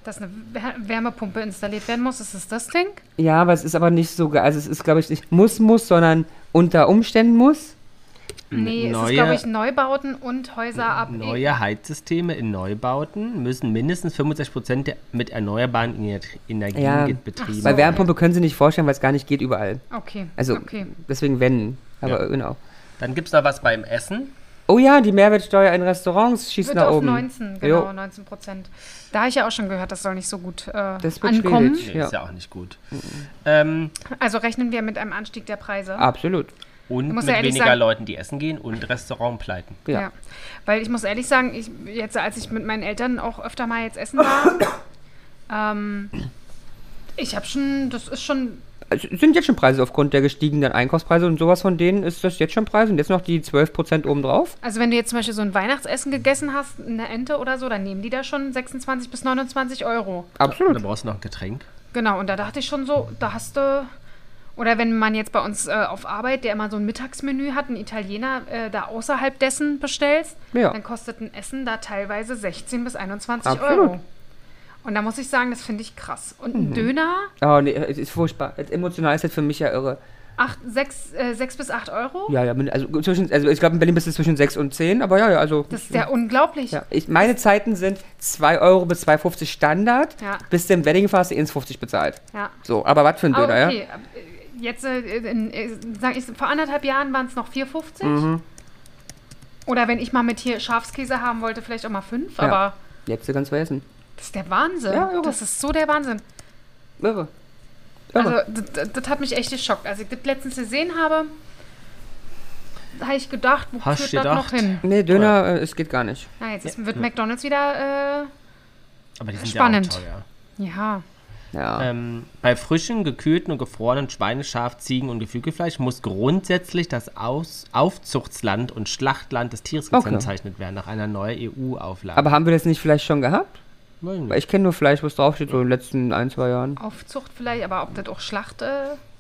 Dass eine Wär- Wärmepumpe installiert werden muss, ist es das Ding? Ja, aber es ist aber nicht so, ge- also es ist, glaube ich, nicht muss, muss, sondern unter Umständen muss. Nee, es ist, neue- glaube ich, Neubauten und Häuser ab. Neue Heizsysteme in Neubauten müssen mindestens 65% der- mit erneuerbaren Ener- Energien Ja. get- betrieben Bei werden. Wärmepumpe können sie nicht vorstellen, weil es gar nicht geht überall. Okay. Also, okay. deswegen wenn. Aber Ja. genau. Dann gibt es noch was beim Essen. Oh ja, die Mehrwertsteuer in Restaurants schießt Wird nach auf oben. 19, genau, 19 Prozent. Da habe ich ja auch schon gehört, das soll nicht so gut äh, Das wird ankommen. schwierig. Ja. Nee, Mhm. Ist ja auch nicht gut. Ähm, Also rechnen wir mit einem Anstieg der Preise. Absolut. und muss mit ja ehrlich weniger sagen- Leuten, die essen gehen und Restaurantpleiten. Ja. Ja. Weil ich muss ehrlich sagen, ich, jetzt, als ich mit meinen Eltern auch öfter mal jetzt essen war, ähm, ich habe schon, das ist schon, Also, es sind jetzt schon Preise aufgrund der gestiegenen Einkaufspreise und sowas von denen ist das jetzt schon Preise und jetzt noch die 12% obendrauf. also wenn du jetzt zum Beispiel so ein Weihnachtsessen gegessen hast, eine Ente oder so, dann nehmen die da schon 26 bis 29 Euro. Und dann Absolut. brauchst du noch ein Getränk. Genau, und da dachte ich schon so, da hast du. Oder wenn man jetzt bei uns äh, auf Arbeit, der immer so ein Mittagsmenü hat, einen Italiener äh, da außerhalb dessen bestellst, Ja. dann kostet ein Essen da teilweise 16 bis 21 Absolut. Euro. Und da muss ich sagen, das finde ich krass. Und ein Döner, ne- Oh nee, es ist furchtbar. Jetzt emotional ist das für mich ja irre. acht, sechs, äh, sechs bis 8 Euro, Ja, ja, also, zwischen, also ich glaube in Berlin bist du zwischen 6 und 10, aber ja, ja, also. das ist ja unglaublich. ja. Ich, meine Zeiten sind 2 Euro bis 2,50 Standard, Ja. bis du im Wedding fast 1,50 bezahlt. Ja. So, aber was für ein Ah, Döner, ja? okay. Äh, Jetzt, äh, in, äh, sag ich, vor anderthalb Jahren waren es noch 4,50. Mhm. Oder wenn ich mal mit hier Schafskäse haben wollte, vielleicht auch mal 5, Ja. aber. Jetzt kannst du vergessen. Das ist der Wahnsinn. Ja, irre. das ist so der Wahnsinn. Irre. Also, Irre. d- d- das hat mich echt geschockt. Als ich das letztens gesehen habe, habe ich gedacht, wo Hast führt das gedacht? noch hin? nee, Döner, äh, es geht gar nicht. Na, jetzt ist, wird McDonalds wieder, äh, Aber die sind Spannend. ja auch teuer. ja. Ja. Ähm, bei frischem, gekühlten und gefrorenen Schweine, Schaf, Ziegen und Geflügelfleisch muss grundsätzlich das Aus Aufzuchtsland und Schlachtland des Tieres Okay. gekennzeichnet werden, nach einer neuen E EU-Auflage. Aber haben wir das nicht vielleicht schon gehabt? Weiß nicht. Weil ich kenne nur Fleisch, was draufsteht, so in den letzten ein, zwei Jahren. Aufzucht vielleicht, aber ob das auch Schlacht, äh,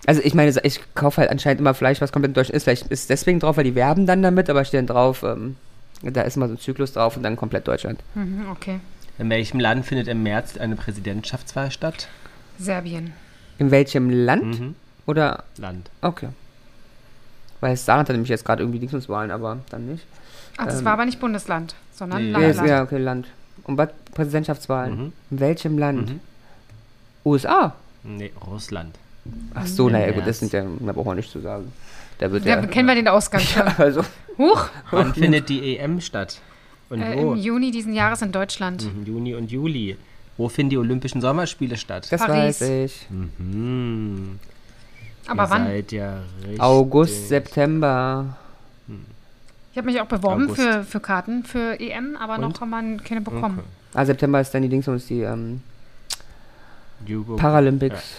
Also ich meine, ich kaufe halt anscheinend immer Fleisch, was komplett in Deutschland ist. Vielleicht ist deswegen drauf, weil die werben dann damit, aber stehen drauf, ähm, da ist mal so ein Zyklus drauf und dann komplett Deutschland. mhm, okay. In welchem Land findet im März eine Präsidentschaftswahl statt? Serbien. In welchem Land? Mhm. Mhm. Oder, Land. okay. Weil es da hat nämlich jetzt gerade irgendwie Dingsungswahlen, aber dann nicht. Ach, das Ähm, war aber nicht Bundesland, sondern nee. Ja, Landland. ist- ja okay, Land. Und was? Präsidentschaftswahlen. Mhm. In welchem Land? Mhm. USA? Nee, Russland. Ach so, naja, Ja, gut, das das- sind ja, da brauchen wir nicht zu sagen. Da wird Da ja, kennen wir den Ausgang schon. also, Huch! Wann findet die EM statt? Und Hm, Äh, wo? Im Juni diesen Jahres in Deutschland. Im Juni und Juli. Wo finden die Olympischen Sommerspiele statt? das Paris. weiß ich. Mhm. Aber Ihr wann? Seid ja richtig. August, September. Ich habe mich auch beworben August. für, für Karten für EM, aber noch haben wir keine bekommen. Okay. Ah, September ist dann die Dingsums, die ähm, Jugend. Paralympics.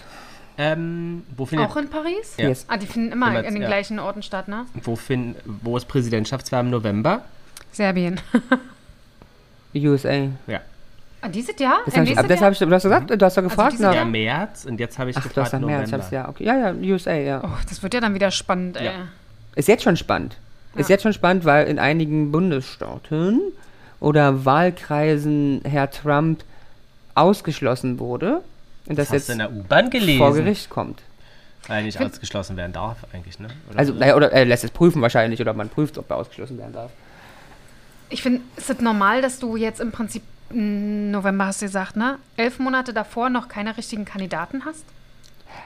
Ähm, wo findet, Auch in Paris? Ja. Yes. Ah, die finden immer Immer, in den ja. gleichen Orten statt, ne? wo, fin wo ist Präsidentschaftswahl im November? Serbien. USA. Ja. Ah, dieses Jahr? Das Äh, hab ich, nächstes ab- das Jahr? hab ich, du hast gesagt, Mhm. du hast doch gefragt dieses nach. Ja, März und jetzt habe ich Ach, du hast gefragt nach November. März, ich hab's ja, okay. Ja, ja, USA, ja. Oh, das wird ja dann wieder spannend, ey. Ja. Ist jetzt schon spannend. Ist jetzt schon spannend, weil in einigen Bundesstaaten oder Wahlkreisen Herr Trump ausgeschlossen wurde und das, Das hast du in jetzt der U-Bahn gelesen, vor Gericht kommt. weil er nicht ausgeschlossen werden darf eigentlich, ne? Oder Also, so? naja, oder er lässt es prüfen wahrscheinlich, oder man prüft, ob er ausgeschlossen werden darf. Ich finde, ist es normal, dass du jetzt im Prinzip, m, November hast du gesagt, ne? Elf Monate davor noch keine richtigen Kandidaten hast?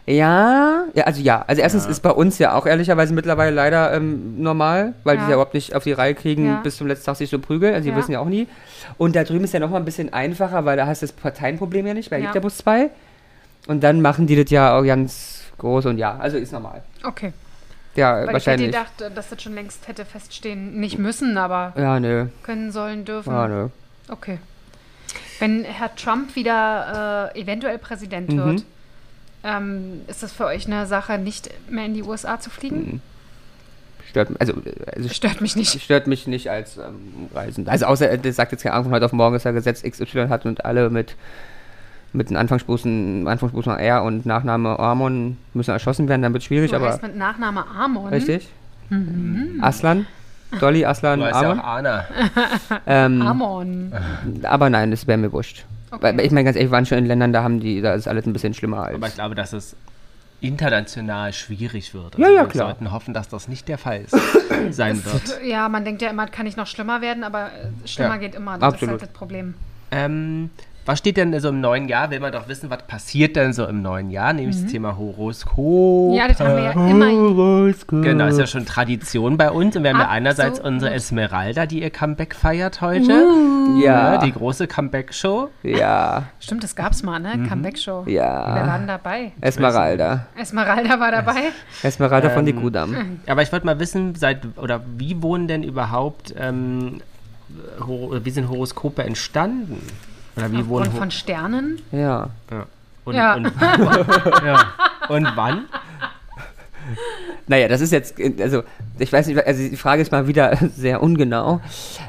Ja, ja, also ja. Also erstens ist bei uns ja auch ehrlicherweise mittlerweile leider ähm, normal, weil die es ja überhaupt nicht auf die Reihe kriegen, Ja. bis zum letzten Tag sich so prügeln. Also die Ja. wissen ja auch nie. Und da drüben ist ja nochmal ein bisschen einfacher, weil da hast du das Parteienproblem ja nicht, weil Ja. ja. gibt ja bloß zwei. Und dann machen die das ja auch ganz groß und ja, also ist normal. Okay. Ja, Weil wahrscheinlich. ich hätte gedacht, äh, dass das schon längst hätte feststehen, nicht müssen, aber ja, nö. können, sollen, dürfen. Ja, nö. Okay. Wenn Herr Trump wieder äh, eventuell Präsident Mhm. wird, ähm, ist das für euch eine Sache, nicht mehr in die USA zu fliegen? Mhm. Stört, also, also Stört mich nicht. stört mich nicht als ähm, Reisender. Also außer, äh, das sagt jetzt keine Ahnung, von heute auf morgen ist ja Gesetz XY hat und alle mit, mit einem Anfangsbußen, Anfangsbußen R und Nachname Amon müssen erschossen werden, dann wird schwierig, Du aber heißt mit Nachname Amon. richtig? Aslan? Dolly, Aslan, Du heißt ja auch Amon? Anna. Ähm, Amon. aber nein, das wäre mir wurscht. Weil, ich meine ganz ehrlich, wir waren schon in Ländern, da haben die, da ist alles ein bisschen schlimmer als. Aber ich glaube, dass es international schwierig wird. Also Ja, ja, wir klar. sollten hoffen, dass das nicht der Fall ist, sein wird. Ja, man denkt ja immer, kann ich noch schlimmer werden, aber äh, schlimmer Ja, geht immer. Das absolut. ist halt das Problem. Ähm, was steht denn so im neuen Jahr? Will man doch wissen, was passiert denn so im neuen Jahr? Nämlich das Thema Horoskop. Mhm. Ja, das haben wir ja immer. Genau, Mm. ist ja schon Tradition bei uns. Und wir haben ja Absolut. einerseits unsere Esmeralda, die ihr Comeback feiert heute. Ja, Mm. ja, die große Comeback-Show. ja, Stimmt, das gab's mal, ne? Mhm. Comeback-Show. Wir ja. waren dabei. Esmeralda. Esmeralda war dabei. Esmeralda von die Ähm. Gudam. Aber ich wollte mal wissen, seit oder wie wurden denn überhaupt, ähm, Hor wie sind Horoskope entstanden? Oder wie wurden Aufgrund Ho- von Sternen. Ja. ja. Und, Ja. Und, ja. und wann? Naja, das ist jetzt, also ich weiß nicht, also die Frage ist mal wieder sehr ungenau.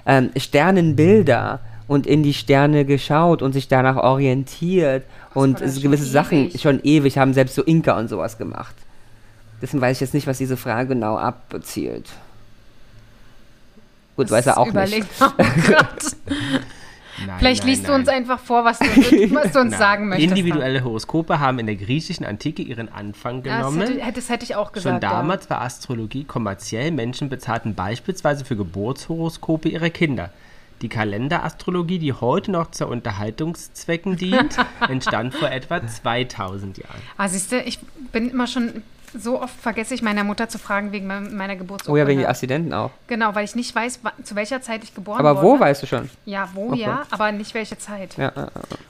Ähm, Sternenbilder und in die Sterne geschaut und sich danach orientiert und das so schon gewisse Sachen ewig? schon ewig haben selbst so Inka und sowas gemacht. Deswegen weiß ich jetzt nicht, was diese Frage genau abzielt. Gut, weiß er auch nicht. Überlegt auch grad. Nein, Vielleicht nein, liest du nein. uns einfach vor, was du, was du uns Nein. sagen möchtest. Individuelle Horoskope haben in der griechischen Antike ihren Anfang Ja, das, genommen. hätte, hätte- das hätte ich auch gesagt. Schon damals war Astrologie kommerziell. Menschen bezahlten beispielsweise für Geburtshoroskope ihrer Kinder. Die Kalenderastrologie, die heute noch zu Unterhaltungszwecken dient, entstand vor etwa 2000 Jahren. Ja. Ah, siehst du, ich bin immer schon. So oft vergesse ich meiner Mutter zu fragen wegen mein- meiner Geburtsurkunde. Oh ja, wegen die Akzidenten auch. Genau, weil ich nicht weiß, wa- zu welcher Zeit ich geboren Aber wo wurde. weißt du schon? Ja, wo ja, aber nicht welche Zeit. Ja, ja, ja.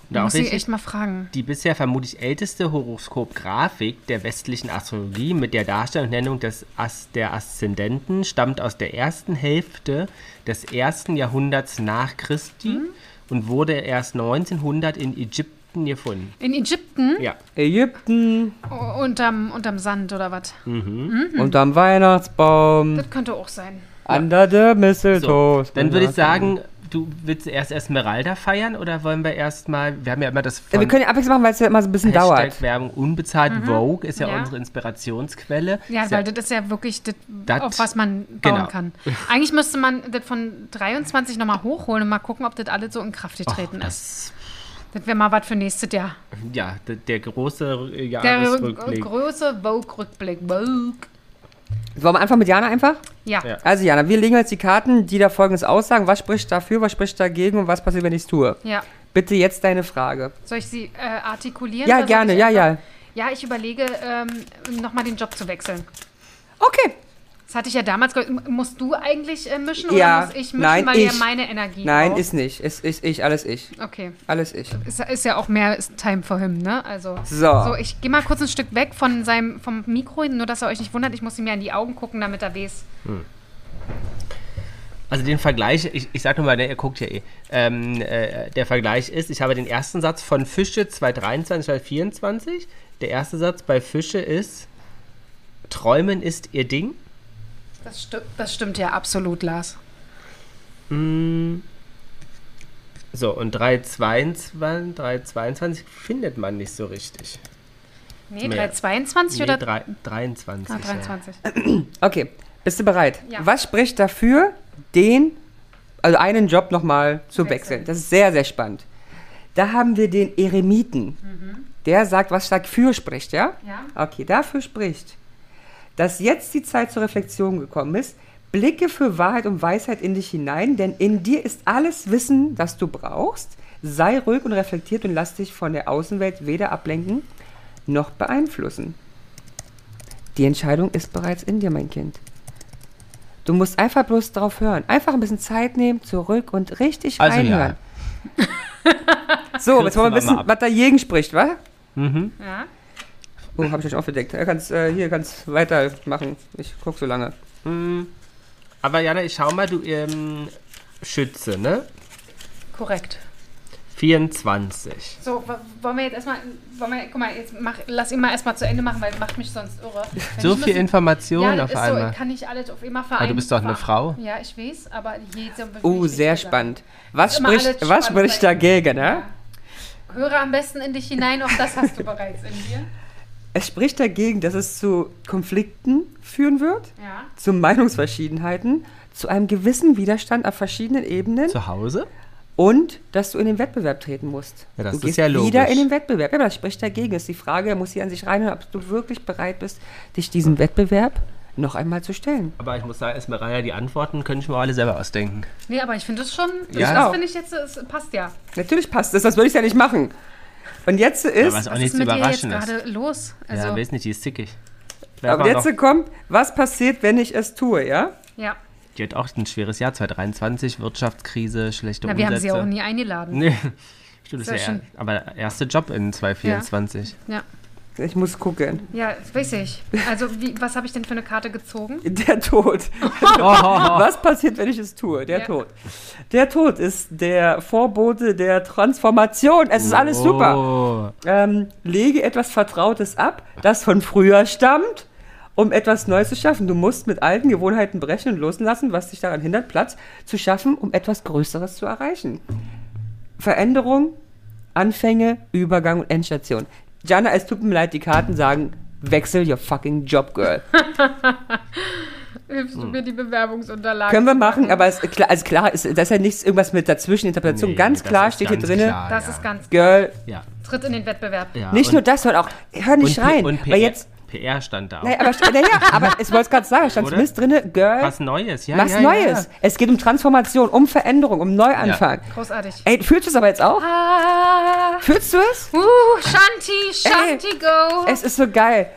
Und auch Muss ich richtig, echt mal fragen. die bisher vermutlich älteste Horoskopgrafik der westlichen Astrologie mit der Darstellung und Nennung des As der Aszendenten stammt aus der ersten Hälfte des ersten Jahrhunderts nach Christi Mhm. und wurde erst 1900 in Ägypten gefunden. In Ägypten? Ja. Ägypten, U- Unterm, unterm Sand oder was? Hm. unterm Weihnachtsbaum, Mhm. Das könnte auch sein. under the mistletoe. So, dann würde ich sagen, du willst erst Esmeralda feiern oder wollen wir erstmal, wir haben ja immer das Ja, Äh, von wir können ja abwechselnd machen, weil es ja immer so ein bisschen dauert. Hashtag Werbung unbezahlt. Vogue ist ja, Mhm. ja. unsere Inspirationsquelle. Ja, Ist weil das ist ja wirklich das, Das- auf was man bauen genau. kann. Eigentlich müsste man das von 23 nochmal hochholen und mal gucken, ob das alles so in Kraft getreten ist. das, Das wäre mal was für nächstes Jahr. ja, der, der große äh, Der Jahresrückblick. große Vogue-Rückblick. Vogue. Wollen wir anfangen mit Jana einfach? Ja. Ja. Also Jana, wir legen jetzt die Karten, die da folgendes aussagen. Was spricht dafür, was spricht dagegen und was passiert, wenn ich es tue? ja. Bitte jetzt deine Frage. Soll ich sie äh, artikulieren? oder Ja, soll gerne, ich ja, einfach- ja. Ja, ich überlege, ähm, nochmal den Job zu wechseln. Okay. Das hatte ich ja damals ge- M- Musst du eigentlich äh, mischen Ja. oder muss ich mischen, Nein, weil ja ich. meine Energie Nein, braucht? ist nicht. Ist, ist ich, alles ich. Okay. Alles ich. Ist, ist ja auch mehr ist Time for him, ne? Also. So. So, ich gehe mal kurz ein Stück weg von seinem vom Mikro, nur dass ihr euch nicht wundert, ich muss ihm ja in die Augen gucken, damit er weiß. Also den Vergleich, ich, ich sag nochmal, ihr guckt ja eh. Ähm, äh, der Vergleich ist, ich habe den ersten Satz von Fische 2023, 2024. Der erste Satz bei Fische ist, Träumen ist ihr Ding. Das, sti das stimmt ja absolut, Lars. Mm. So, und 322, 322 findet man nicht so richtig. Nee, 322 oder? nee, drei- 23. Ah, ja. 23. Äh. Okay, bist du bereit? Ja. Was spricht dafür, den, also einen Job nochmal zu wechseln? Wechseln. Das ist sehr, sehr spannend. Da haben wir den Eremiten. Der sagt, was dafür spricht, ja? Mhm. Ja. Okay, dafür spricht, dass jetzt die Zeit zur Reflexion gekommen ist. Blicke für Wahrheit und Weisheit in dich hinein, denn in dir ist alles Wissen, das du brauchst. Sei ruhig und reflektiert und lass dich von der Außenwelt weder ablenken noch beeinflussen. Die Entscheidung ist bereits in dir, mein Kind. Du musst einfach bloß drauf hören. Einfach ein bisschen Zeit nehmen, zurück und richtig Also ja. reinhören. so, jetzt wollen wir wir mal wissen, ab. was dagegen spricht, wa? Ja. Oh, hab ich euch aufgedeckt. Er kann's, äh, hier kannst weitermachen. Ich guck so lange. Hm. Aber Jana, ich schau mal, du ähm, Schütze, ne? Korrekt. 24. So, wa- wollen wir jetzt erstmal, wollen wir, guck mal, jetzt mach, lass ihn mal erstmal zu Ende machen, weil macht mich sonst irre. Wenn ich So viel müssen- Information ja, das auf ist So, einmal. ich kann nicht alles auf immer vereinen. Aber du bist doch eine Frau. Ja, ich weiß, aber jeder wird Oh, wichtig sehr gesagt. spannend. Was Immer spricht, alles spannend was sein. spricht dagegen, ne? Höre am besten in dich hinein, auch das hast du bereits in dir. Es spricht dagegen, dass es zu Konflikten führen wird, Ja. zu Meinungsverschiedenheiten, zu einem gewissen Widerstand auf verschiedenen Ebenen Zu Hause? und dass du in den Wettbewerb treten musst. Ja, das du ist ja logisch. wieder in den Wettbewerb. Ja, aber das spricht dagegen. Ist die Frage, er muss hier an sich reinhören, ob du wirklich bereit bist, dich diesem Wettbewerb noch einmal zu stellen. Aber ich muss sagen, Esmeralda, die Antworten könnte ich mir alle selber ausdenken. Nee, aber ich finde es schon, Ja. das finde ich jetzt, es passt ja. Natürlich passt das, sonst würde ich es ja nicht machen. Und jetzt Ja, ist. was auch Was nichts ist mit dir jetzt Überraschendes. gerade los? Also, ja, ja, weiß nicht, die ist zickig. Aber Werf mal jetzt kommt, was passiert, wenn ich es tue, ja? noch. Die hat auch ein schweres Jahr 2023, Wirtschaftskrise, schlechte Na, wir haben Umsätze. sie ja auch nie eingeladen. Nee. Stimmt, das Sehr ist ja, schön. aber der erste Job in 2024. Ja, Ich muss gucken. ja, das weiß ich. Also, wie, was habe ich denn für eine Karte gezogen? Der Tod. Oh. Was passiert, wenn ich es tue? Der Ja. Tod. Der Tod ist der Vorbote der Transformation. Es ist alles super. Oh, Ähm, lege etwas Vertrautes ab, das von früher stammt, um etwas Neues zu schaffen. Du musst mit alten Gewohnheiten brechen und loslassen, was dich daran hindert, Platz zu schaffen, um etwas Größeres zu erreichen. Veränderung, Anfänge, Übergang und Endstation. Jana, es tut mir leid, die Karten sagen, wechsel your fucking job, girl. Hilfst du Hm. mir die Bewerbungsunterlagen? Können wir zu machen, aber es, klar, also klar ist, das ist ja nichts irgendwas mit dazwischen Interpretation. nee, ganz das klar ist steht ganz hier drin, klar, Das Ah, ja. ist ganz, girl, Ja. tritt in den Wettbewerb. ja. nicht und- nur das, sondern auch, hör nicht und P- rein. Und PR, weil jetzt, äh, PR stand da auch. Naja, aber, st- naja, aber ich wollte es gerade sagen, stand Oder? zumindest drin, Girl, Was Neues, ja. mach's ja, Neues. Ja. Es geht um Transformation, um Veränderung, um Neuanfang. Großartig. Ey, fühlst du es aber jetzt auch? Ah, Fühlst du es? uh, Shanti, Shanti, go. Es ist so geil.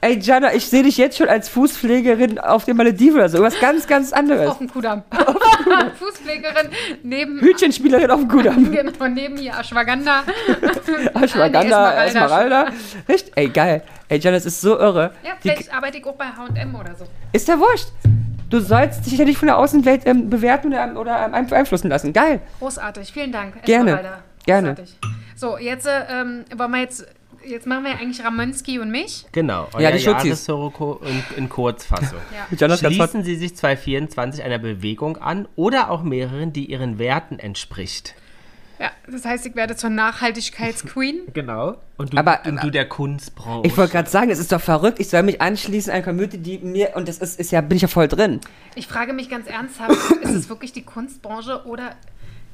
Ey, Jana, ich sehe dich jetzt schon als Fußpflegerin auf den Malediven oder so. Irgendwas ganz, ganz anderes. auf dem Kudamm. Fußpflegerin neben, Hütchenspielerin auf dem Kudamm. genau, neben hier Ashwagandha. Ashwagandha, Ah, die Esmeralda. Esmeralda. Richtig? Ey, geil. Ey, Jana, es ist so irre. Ja, Die, vielleicht arbeite ich auch bei H&M oder so. ist ja wurscht. Du sollst dich ja nicht von der Außenwelt ähm, bewerten oder, oder ähm, beeinflussen lassen. Geil. Großartig, vielen Dank. Gerne, Esmeralda. gerne. Großartig. So, jetzt äh, ähm, wollen wir jetzt, jetzt machen wir ja eigentlich Ramonski und mich. Genau. Ja, Euer ja, die die Schutzis. Jahreshoroko in, in Kurzfassung. Jana ist ganz Schließen Sie sich 2024 einer Bewegung an oder auch mehreren, die Ihren Werten entspricht. Ja, das heißt, ich werde zur Nachhaltigkeitsqueen. Genau. Und du, Aber- äh, und du der Kunstbranche. Ich wollte gerade sagen, es ist doch verrückt. Ich soll mich anschließen an eine Community, die mir und das ist, ist ja bin ich ja voll drin. Ich frage mich ganz ernsthaft, ist es wirklich die Kunstbranche oder...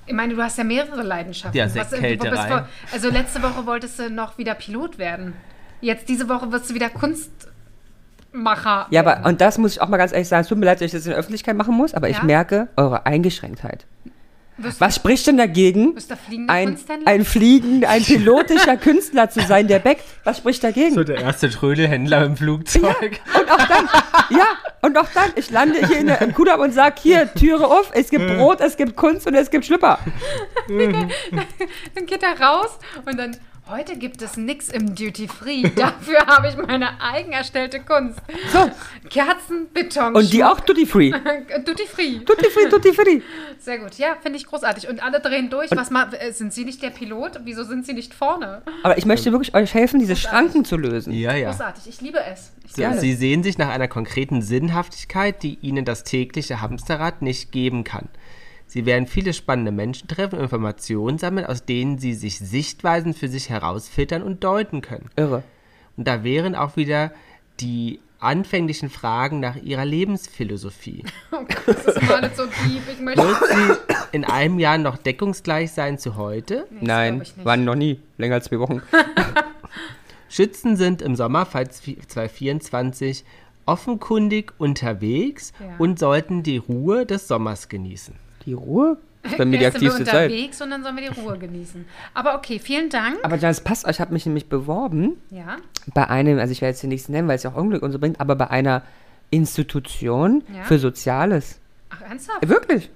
Ich meine, du hast ja mehrere Leidenschaften. Ja, Was- du Sektkälterei. bist vor- Also letzte Woche wolltest du noch wieder Pilot werden. Jetzt diese Woche wirst du wieder Kunstmacher. Ja, aber und das muss ich auch mal ganz ehrlich sagen. Es tut mir leid, dass ich das in der Öffentlichkeit machen muss, aber ich Ja? merke eure Eingeschränktheit. Wirst du- Was spricht denn dagegen? Bist du fliegender Ein, Kunsthändler? ein fliegender, ein pilotischer Künstler zu sein, der backt. Was spricht dagegen? So der erste Trödelhändler im Flugzeug. Und auch dann, ja, und auch dann, ich lande hier in der, im Kudamm und sag hier, Türe auf, es gibt Hm. Brot, es gibt Kunst und es gibt Schlüpper. Dann geht er raus und dann, Heute gibt es nichts im Duty Free. Dafür habe ich meine eigen erstellte Kunst. So, Kerzen, Beton. und die auch Duty Free. Duty Free. Duty Free, Duty Free. Sehr gut. Ja, finde ich großartig. Und alle drehen durch. Was ma äh, sind Sie nicht der Pilot? Wieso sind Sie nicht vorne? Aber ich möchte wirklich euch helfen, diese Schranken zu lösen. Ja, ja. Großartig. Ich liebe es. Ich So, Gerne. Äh, Sie sehen sich nach einer konkreten Sinnhaftigkeit, die Ihnen das tägliche Hamsterrad nicht geben kann. Sie werden viele spannende Menschen treffen und Informationen sammeln, aus denen Sie sich Sichtweisen für sich herausfiltern und deuten können. Irre. Und da wären auch wieder die anfänglichen Fragen nach Ihrer Lebensphilosophie. das ist mal nicht so deep. Ich möchte. Wird sie in einem Jahr noch deckungsgleich sein zu heute? Nein, glaub ich nicht. waren noch nie. Länger als zwei Wochen. Schützen sind im Sommer, falls 2024, offenkundig unterwegs Ja. und sollten die Ruhe des Sommers genießen. Die Ruhe? Das ist bei mir die Erst sind wir aktivste Zeit. unterwegs und dann sollen wir die Ruhe genießen. Aber okay, vielen Dank. Aber das passt, ich habe mich nämlich beworben Ja. bei einem, also ich werde jetzt hier nichts nennen, weil es ja auch Unglück und so bringt, aber bei einer Institution Ja? für Soziales. Ach, ernsthaft? Wirklich?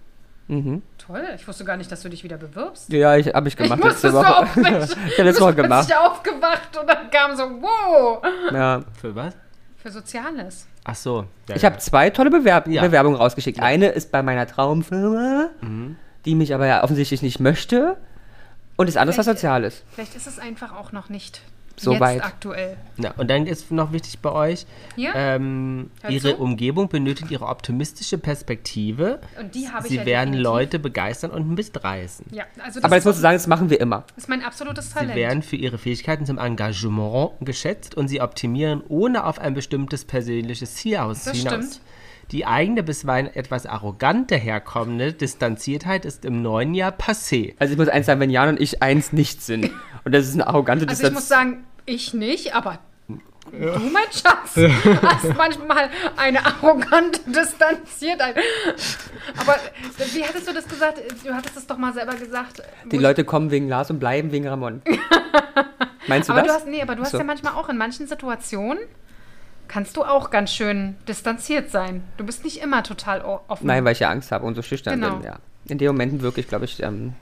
Toll. Ich wusste gar nicht, dass du dich wieder bewirbst. Ja, ich, habe ich gemacht ich musste letzte so Woche. aufrecht. ich habe letzte Woche gemacht. Ich aufgewacht und dann kam so, wow. Ja. Für was? Für Soziales. Ach so. Ja, Ich ja. habe zwei tolle Bewerb Ja. Bewerbungen rausgeschickt. Eine ist bei meiner Traumfirma, die mich aber ja offensichtlich nicht möchte. Und das andere ist was Vielleicht- Soziales. Vielleicht ist es einfach auch noch nicht So jetzt weit. aktuell. Na, und dann ist noch wichtig bei euch, Ja. Äh, ähm, Hört ihre zu. Umgebung benötigt ihre optimistische Perspektive. Und die habe ich Sie ja werden definitiv. Leute begeistern und mitreißen. Ja, also das Aber ist, jetzt musst du sagen, das machen wir immer. ist mein absolutes Sie Talent. werden für ihre Fähigkeiten zum Engagement geschätzt und sie optimieren, ohne auf ein bestimmtes persönliches Ziel aus Das hinaus. stimmt. Die eigene, bisweilen etwas arrogante herkommende Distanziertheit ist im neuen Jahr passé. Also ich muss eins sagen, wenn Jan und ich eins nicht sind. Und das ist eine arrogante also ich Distanz. muss sagen, ich nicht, aber du, mein Schatz, hast manchmal eine arrogante Distanziertheit. Aber wie hattest du das gesagt? Du hattest es doch mal selber gesagt. Die Leute kommen wegen Lars und bleiben wegen Ramon. Meinst du aber das? du hast, nee, aber du hast Ach so. ja manchmal auch in manchen Situationen kannst du auch ganz schön distanziert sein. Du bist nicht immer total o- offen. Nein, weil ich ja Angst habe und so schüchtern Genau. Hm. bin, ja. In den Momenten wirklich, glaube ich, ähm,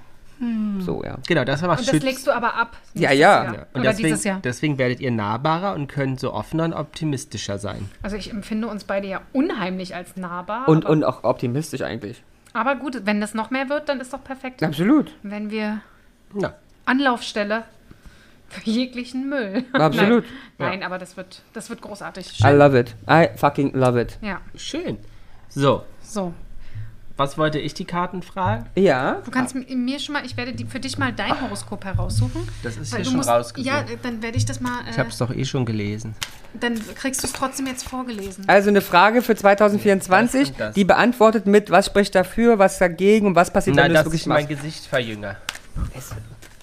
so, ja. Genau, das war was Und das legst du aber ab. Ja, nächstes ja. Jahr. Ja, Und Oder deswegen, dieses Jahr. deswegen werdet ihr nahbarer und könnt so offener und optimistischer sein. Also ich empfinde uns beide ja unheimlich als nahbar. Und, aber, und auch optimistisch eigentlich. aber gut, wenn das noch mehr wird, dann ist doch perfekt. Absolut. Wenn wir Ja. Anlaufstelle für jeglichen Müll. Absolut. Nein, Nein aber das wird, das wird großartig. I love it. I fucking love it. Ja, Schön. So, so. was wollte ich die Karten fragen? Ja. Du kannst m- mir schon mal, ich werde die, für dich mal dein Horoskop heraussuchen. Das ist Weil hier du schon musst- rausgesucht. Ja, äh, dann werde ich das mal, Ich äh, habe es doch eh schon gelesen. dann kriegst du es trotzdem jetzt vorgelesen. Also eine Frage für 2024, Das und das. die beantwortet mit, was spricht dafür, was dagegen und was passiert, wenn du es wirklich machst. Gesicht verjünger.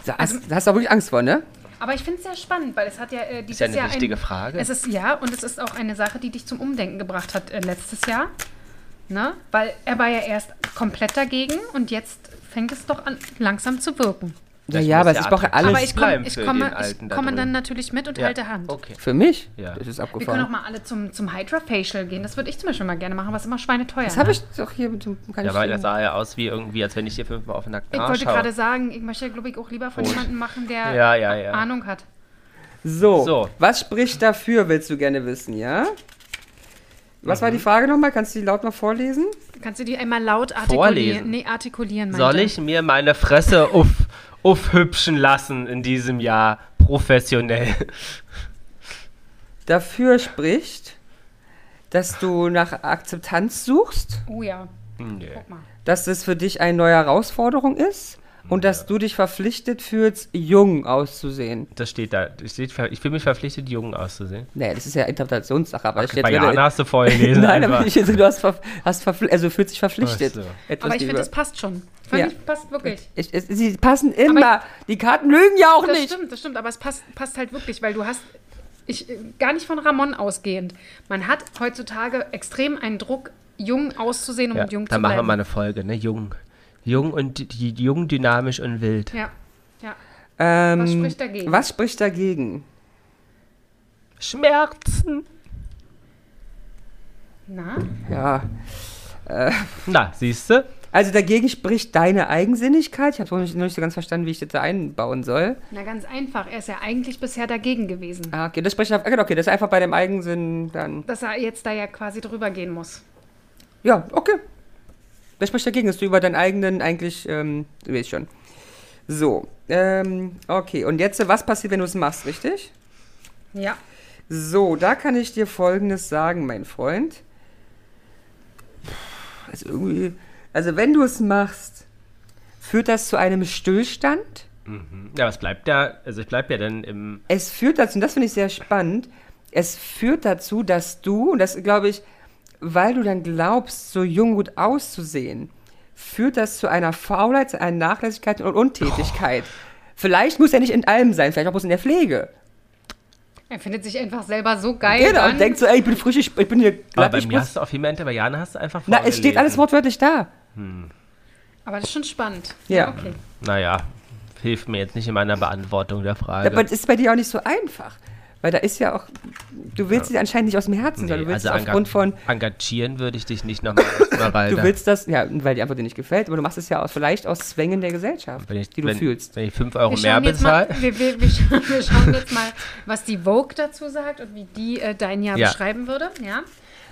Da Also hast, da hast du auch wirklich Angst vor, ne? Aber ich finde es sehr spannend, weil es hat ja äh, dieses Ist ja eine Jahr wichtige ein, Frage. Es ist ja und es ist auch eine Sache, die dich zum Umdenken gebracht hat äh, letztes Jahr. Ne? Weil er war ja erst komplett dagegen und jetzt fängt es doch an, langsam zu wirken. Ja, Das ja, muss aber ja ich brauche attraktiv alles Aber ich, komm, bleiben ich für komme, den ich Alten da komme dann drüben. natürlich mit und halte Hand. Okay. für mich. Ja. Das ist Wir können auch abgefahren. mal alle zum, zum Hydra Facial gehen. Das würde ich zum Beispiel mal gerne machen, was immer schweineteuer Das habe ich doch hier mit dem kann Ja, weil ich das sah ja aus wie irgendwie, als wenn ich hier fünfmal auf den nackten Ich Arsch wollte hau. gerade sagen, ich möchte, glaube ich, auch lieber von jemandem machen, der Ja, ja, ja. Ahnung hat. so. So. was spricht dafür, willst du gerne wissen, ja? Was Mhm. war die Frage nochmal? Kannst du die laut noch vorlesen? Kannst du die einmal laut artikulieren? Vorlesen. Nee, artikulieren, meinte Soll ich mir meine Fresse uff, uff hübschen lassen in diesem Jahr? Professionell. Dafür spricht, dass du nach Akzeptanz suchst, Oh ja, Nee. guck mal. dass es für dich eine neue Herausforderung ist und dass du dich verpflichtet fühlst, jung auszusehen. Das steht da. Das steht, ver- ich fühle mich verpflichtet, jung auszusehen. Nee, das ist ja Interpretationssache, aber ich Bei jetzt Jana hast du vorher gelesen. Nein, einfach. aber ich, du hast, ver, hast verpfli also fühlt sich verpflichtet. Ach so. Etwas Aber ich finde, über- das passt schon. Finde Ja. ich, passt wirklich. Ich, es, sie passen immer. die Karten lügen ja auch Das nicht. stimmt, das stimmt, aber es passt, passt halt wirklich, weil du hast, ich, äh, gar nicht von Ramon ausgehend, man hat heutzutage extrem einen Druck, jung auszusehen, um Ja, jung dann zu machen wir bleiben. mal eine Folge, ne? Jung. Jung und die, die jung, dynamisch und wild. ja, ja. Ähm, Was spricht dagegen? Was spricht dagegen? Schmerzen. Na? Ja. Na, siehst du? Also dagegen spricht deine Eigensinnigkeit. Ich habe noch, noch nicht so ganz verstanden, wie ich das da einbauen soll. Na, ganz einfach. Er ist ja eigentlich bisher dagegen gewesen. Ah, okay, das spricht auf, okay, okay, das ist einfach bei dem Eigensinn dann. Dass er jetzt da ja quasi drüber gehen muss. Ja, okay. Das spricht dagegen, dass du über deinen eigenen eigentlich, ähm, du weißt schon. So, ähm, okay. Und jetzt, was passiert, wenn du es machst, richtig? Ja. So, da kann ich dir Folgendes sagen, mein Freund. Puh, Also irgendwie, also wenn du es machst, führt das zu einem Stillstand. Ja, was bleibt da? Also ich bleib ja dann im. Es führt dazu, und das finde ich sehr spannend, es führt dazu, dass du, und das glaube ich, weil du dann glaubst, so jung gut auszusehen, führt das zu einer Faulheit, einer Nachlässigkeit und Untätigkeit. Vielleicht muss er nicht in allem sein, vielleicht auch bloß in der Pflege. Er findet sich einfach selber so geil. Genau, an. und denkt so, ey, ich bin frisch, ich, ich bin hier Aber glatt, Ah, bei ich mir muss, hast du auf jeden Fall, bei Jana hast du einfach Na, es steht vorgelesen. alles wortwörtlich da. Aber das ist schon spannend. Ja. Okay. Naja, hilft mir jetzt nicht in meiner Beantwortung der Frage. Aber das ist bei dir auch nicht so einfach. Weil da ist ja auch, du willst sie anscheinend nicht aus dem Herzen, sondern du willst es enga- aufgrund von, also Engagieren würde ich dich nicht nochmal, du willst das, ja, weil die Antwort dir nicht gefällt, aber du machst es ja aus, vielleicht aus Zwängen der Gesellschaft, wenn ich, die du wenn, fühlst. Wenn ich 5 Euro Wir mehr schauen, jetzt mal, bezahle. wir, wir, wir, schauen, wir schauen jetzt mal, was die Vogue dazu sagt und wie die äh, dein Jahr Ja. beschreiben würde. Ja.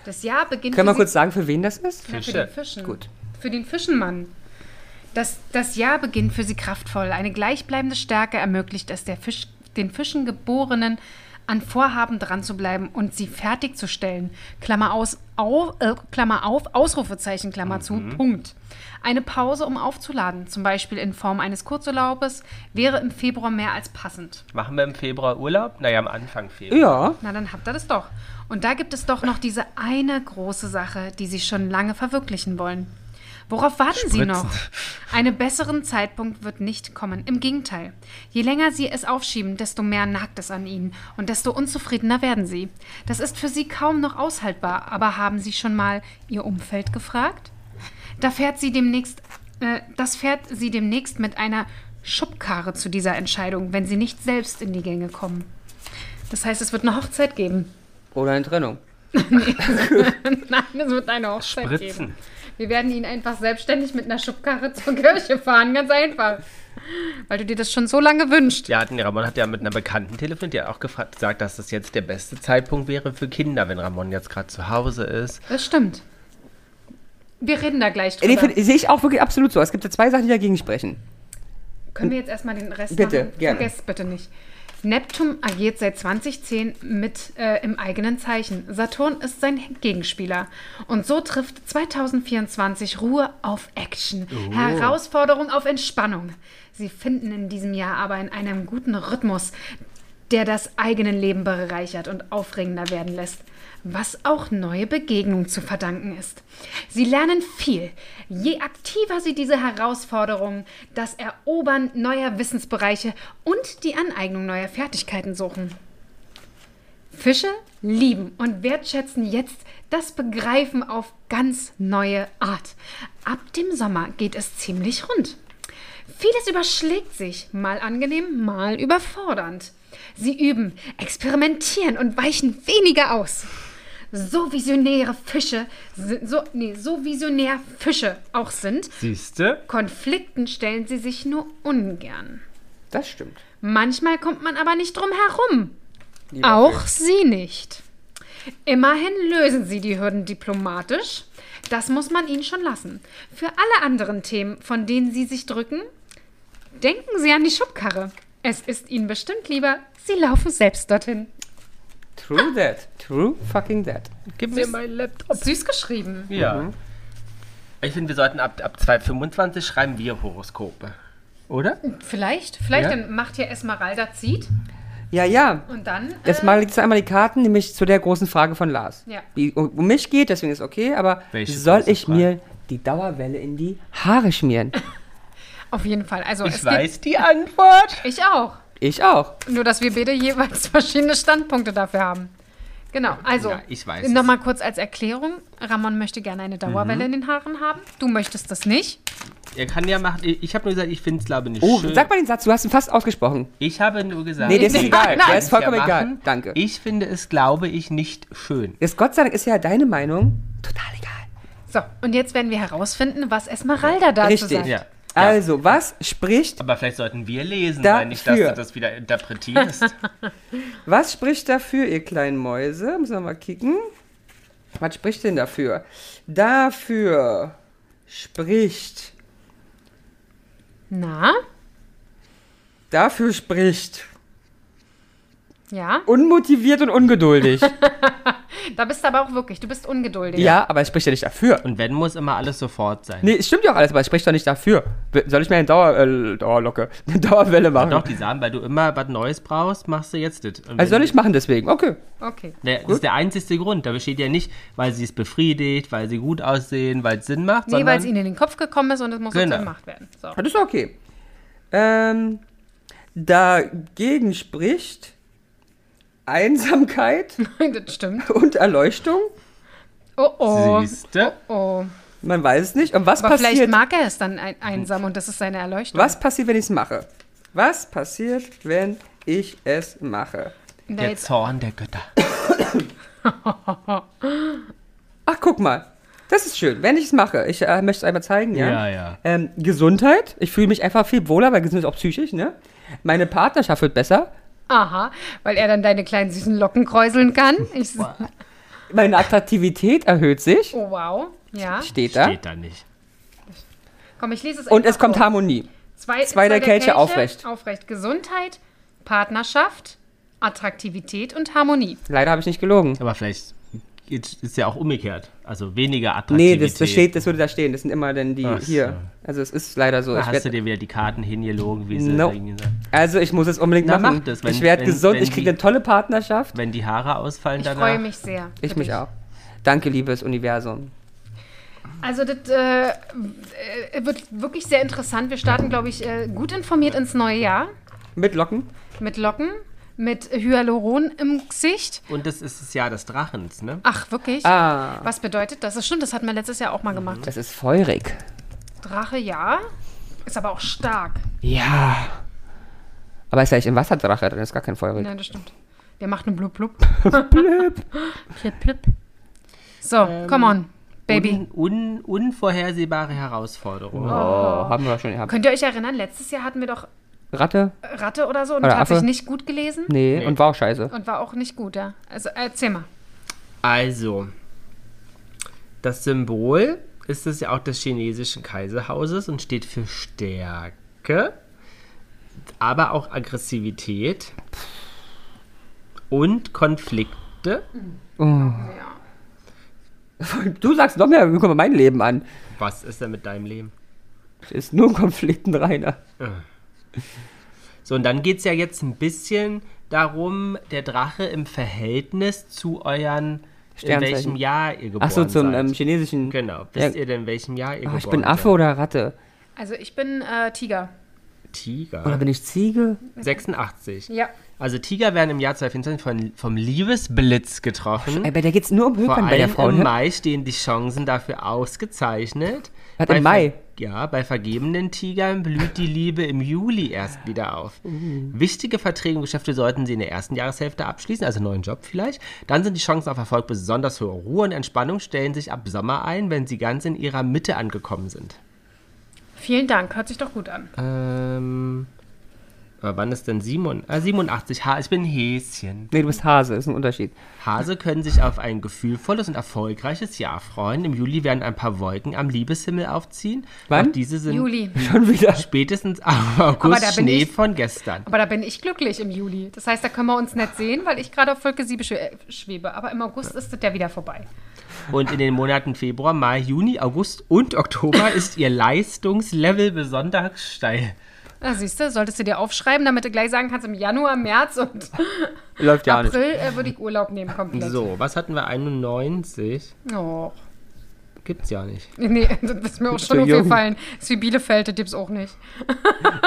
Das Jahr beginnt Können wir für kurz sagen, für wen das ist? sie, ja, für Fische. den Fischen. Gut. Für den Fischenmann. Das, das Jahr beginnt für sie kraftvoll. Eine gleichbleibende Stärke ermöglicht es der Fisch, den Fischen Geborenen, an Vorhaben dran zu bleiben und sie fertigzustellen. Klammer, aus, au, äh, Klammer auf, Ausrufezeichen, Klammer zu, Punkt. Eine Pause, um aufzuladen, zum Beispiel in Form eines Kurzurlaubes, wäre im Februar mehr als passend. Machen wir im Februar Urlaub? Naja, am Anfang Februar. Ja, Na, dann habt ihr das doch. Und da gibt es doch noch diese eine große Sache, die Sie schon lange verwirklichen wollen. Worauf warten Sie Spritzen. noch? Einen besseren Zeitpunkt wird nicht kommen. Im Gegenteil. Je länger Sie es aufschieben, desto mehr nagt es an Ihnen und desto unzufriedener werden Sie. Das ist für Sie kaum noch aushaltbar. Aber haben Sie schon mal Ihr Umfeld gefragt? Da fährt sie demnächst, äh, das fährt sie demnächst mit einer Schubkarre zu dieser Entscheidung, wenn sie nicht selbst in die Gänge kommen. Das heißt, es wird eine Hochzeit geben. oder eine Trennung. Nein, es wird eine Hochzeit geben. Spritzen. Wir werden ihn einfach selbstständig mit einer Schubkarre zur Kirche fahren, ganz einfach. Weil du dir das schon so lange wünschst. Ja, hatten, Ramon hat ja mit einer Bekannten telefoniert, die hat auch gefragt, gesagt, dass das jetzt der beste Zeitpunkt wäre für Kinder, wenn Ramon jetzt gerade zu Hause ist. Das stimmt. Wir reden da gleich Nee, drüber. find- Sehe ich auch wirklich absolut so. Es gibt ja zwei Sachen, die dagegen sprechen. Können wir jetzt erstmal den Rest Bitte, machen? gerne. Vergesst bitte nicht. Neptun agiert seit 2010 mit äh, im eigenen Zeichen. Saturn ist sein Gegenspieler. Und so trifft 2024 Ruhe auf Action, Oh. Herausforderung auf Entspannung. Sie finden in diesem Jahr aber in einem guten Rhythmus, der das eigene Leben bereichert und aufregender werden lässt, was auch neue Begegnungen zu verdanken ist. Sie lernen viel. Je aktiver sie diese Herausforderungen, das Erobern neuer Wissensbereiche und die Aneignung neuer Fertigkeiten suchen. Fische lieben und wertschätzen jetzt das Begreifen auf ganz neue Art. Ab dem Sommer geht es ziemlich rund. Vieles überschlägt sich, mal angenehm, mal überfordernd. Sie üben, experimentieren und weichen weniger aus. So visionäre Fische, sind- so, nee, so visionär Fische auch sind, Siehste? Konflikten stellen sie sich nur ungern. Das stimmt. Manchmal kommt man aber nicht drum herum. Lieber Auch sie nicht. Immerhin lösen sie die Hürden diplomatisch. Das muss man ihnen schon lassen. Für alle anderen Themen, von denen sie sich drücken, denken sie an die Schubkarre. Es ist ihnen bestimmt lieber, sie laufen selbst dorthin. Phil. True that. True fucking that. Gib mir meinen Laptop. Süß geschrieben. Ja. Ich finde, wir sollten ab, ab 2025 schreiben wir Horoskope. Oder? Vielleicht, vielleicht Ja. dann macht hier Esmeralda zieht Ja, ja. und dann. äh, Jetzt mal liegt einmal die Karten, nämlich zu der großen Frage von Lars. Ja. Die um um mich geht, deswegen ist okay, aber Welche soll große ich Frage? mir die Dauerwelle in die Haare schmieren? auf jeden Fall. Also Ich es weiß die Antwort. Gibt, ich auch. Ich auch. Nur, dass wir beide jeweils verschiedene Standpunkte dafür haben. Genau, also Ja, ich weiß es. Mhm. nochmal kurz als Erklärung. Ramon möchte gerne eine Dauerwelle in den Haaren haben. Du möchtest das nicht. Er kann ja machen. Ich, ich habe nur gesagt, ich finde es glaube ich nicht Oh, schön. sag mal den Satz, du hast ihn fast ausgesprochen. Ich habe nur gesagt. Nee, das ist Nein, egal. nein. Der ist vollkommen Ja, egal. machen. Danke. Ich finde es, glaube ich, nicht schön. Das Gott sei Dank ist ja deine Meinung total egal. So, und jetzt werden wir herausfinden, was Esmeralda dazu Richtig. sagt. Ja. Also, was spricht, Aber vielleicht sollten wir lesen, Dafür. weil nicht, dass du das wieder interpretierst. was spricht dafür, ihr kleinen Mäuse? Müssen wir mal kicken. Was spricht denn dafür? Dafür spricht, Na? dafür spricht Ja? unmotiviert und ungeduldig. Da bist du aber auch wirklich. Du bist ungeduldig. ja, aber es spricht ja nicht dafür. Und wenn, muss immer alles sofort sein. Nee, es stimmt ja auch alles, aber es spricht doch nicht dafür. Soll ich mir eine Dauer, äh, Dauerlocke, eine Dauerwelle machen? Doch, die sagen, weil du immer was Neues brauchst, machst du jetzt das. Und wenn- Also soll ich machen deswegen? Okay. Okay. Der, das ist der einzigste Grund. Da besteht ja nicht, weil sie es befriedigt, weil sie gut aussehen, weil es Sinn macht, Nee, weil sondern es ihnen in den Kopf gekommen ist und es muss Genau. jetzt gemacht werden. So. Das ist okay. Ähm, dagegen spricht Einsamkeit Das stimmt. und Erleuchtung. Oh oh. siehste. oh. Man weiß es nicht. Und was Aber vielleicht passiert? mag er es dann ein Hm. einsam und das ist seine Erleuchtung. Was passiert, wenn ich es mache? Was passiert, wenn ich es mache? Na, Der jetzt, Zorn der Götter. Ach, guck mal. Das ist schön. Wenn ich es mache, ich äh, möchte es einmal zeigen, ja. Ja, ja. Ähm, Gesundheit. Ich fühle mich einfach viel wohler, weil gesund ist auch psychisch, ne? Meine Partnerschaft wird besser. aha, weil er dann deine kleinen süßen Locken kräuseln kann. Ich, Meine Attraktivität erhöht sich. oh wow. Ja. Steht da. Steht da nicht. Komm, ich lese es Und es einfach kommt vor. Harmonie. Zwei, Zwei der Kelche aufrecht. Aufrecht. Gesundheit, Partnerschaft, Attraktivität und Harmonie. Leider habe ich nicht gelogen. Aber vielleicht ist ist ja auch umgekehrt. Also weniger Nee, Attraktivität. das, das, steht, das würde da stehen. Das sind immer dann die Ach so. hier. Also es ist leider so. Da Ich hast du werd, dir wieder die Karten hingelogen, wie sie Nope. irgendwie sagen. also ich muss es unbedingt Na, machen. mach das, wenn- ich werde wenn- gesund, wenn ich kriege die- eine tolle Partnerschaft. Wenn die Haare ausfallen Ich danach. freue mich sehr. Ich für mich dich. auch. Danke, liebes Universum. Also das äh, äh, wird wirklich sehr interessant. Wir starten, glaube ich, äh, gut informiert ins neue Jahr Mit Locken. mit Locken, mit Hyaluron im Gesicht. Und das ist das Jahr des Drachens, ne? Ach, wirklich? Ah, Was bedeutet das? Das stimmt, das hatten wir letztes Jahr auch mal gemacht. das ist feurig. Mhm. Drache, ja. Ist aber auch stark. Ja. Aber ist ja nicht im Wasserdrache, dann ist gar kein feurig. Nein, das stimmt. Der macht einen blub blub. blub blub. Ähm, So, come on, Baby. Un, un, unvorhersehbare Herausforderungen. Oh, haben wir schon gehabt. Könnt ihr euch erinnern, letztes Jahr hatten wir doch Ratte? Ratte oder so und Oder hat sich Affe. nicht gut gelesen Nee, Nee. und war auch scheiße. und war auch nicht gut, ja. Also erzähl mal. Also, das Symbol ist es ja auch des chinesischen Kaiserhauses und steht für Stärke, aber auch Aggressivität und Konflikte. Du sagst noch mehr, guck mal mein Leben an. Was ist denn mit deinem Leben? Ist nur Konflikten reiner. So, und dann geht es ja jetzt ein bisschen darum, der Drache im Verhältnis zu euren, in Sternzeichen. welchem Jahr ihr geboren Achso, zum seid. ähm, chinesischen. genau, wisst Ja. ihr denn, in welchem Jahr ihr Ah, geboren ich bin seid? Affe oder Ratte? Also ich bin äh, Tiger. Oder Tiger. bin ich Ziege? 86. Ja. Also Tiger werden im Jahr 2024 von, vom Liebesblitz getroffen. Ey, bei der geht's nur um Vor Hökern allem bei der Frau, im ne? Mai stehen die Chancen dafür ausgezeichnet. Was, Bei im ver- Mai? Ja, bei vergebenen Tigern blüht die Liebe im Juli erst wieder auf. Mhm. Wichtige Verträge und Geschäfte sollten sie in der ersten Jahreshälfte abschließen, also neuen Job vielleicht. Dann sind die Chancen auf Erfolg besonders hoch. Ruhe und Entspannung stellen sich ab Sommer ein, wenn sie ganz in ihrer Mitte angekommen sind. Vielen Dank, hört sich doch gut an. Ähm, aber wann ist denn Simon? Ah, 87. Ha, ich bin Häschen. Nee, du bist Hase, ist ein Unterschied. Hase können sich auf ein gefühlvolles und erfolgreiches Jahr freuen. Im Juli werden ein paar Wolken am Liebeshimmel aufziehen. Wann? Auch diese sind Juli. Schon wieder. spätestens am August da bin Schnee ich- von gestern. Aber da bin ich glücklich im Juli. Das heißt, da können wir uns nicht sehen, weil ich gerade auf Wolke 7 schwe- äh, schwebe. Aber im August ist das ja wieder vorbei. Und in den Monaten Februar, Mai, Juni, August und Oktober ist ihr Leistungslevel besonders steil. Na, siehst du, solltest du dir aufschreiben, damit du gleich sagen kannst, im Januar, März und Läuft ja nicht. April äh, würde ich Urlaub nehmen komplett. So, was hatten wir? 91? Oh. Gibt's ja nicht. Nee, das ist mir auch schon so jung. aufgefallen. Das ist wie Bielefeld, das gibt's auch nicht.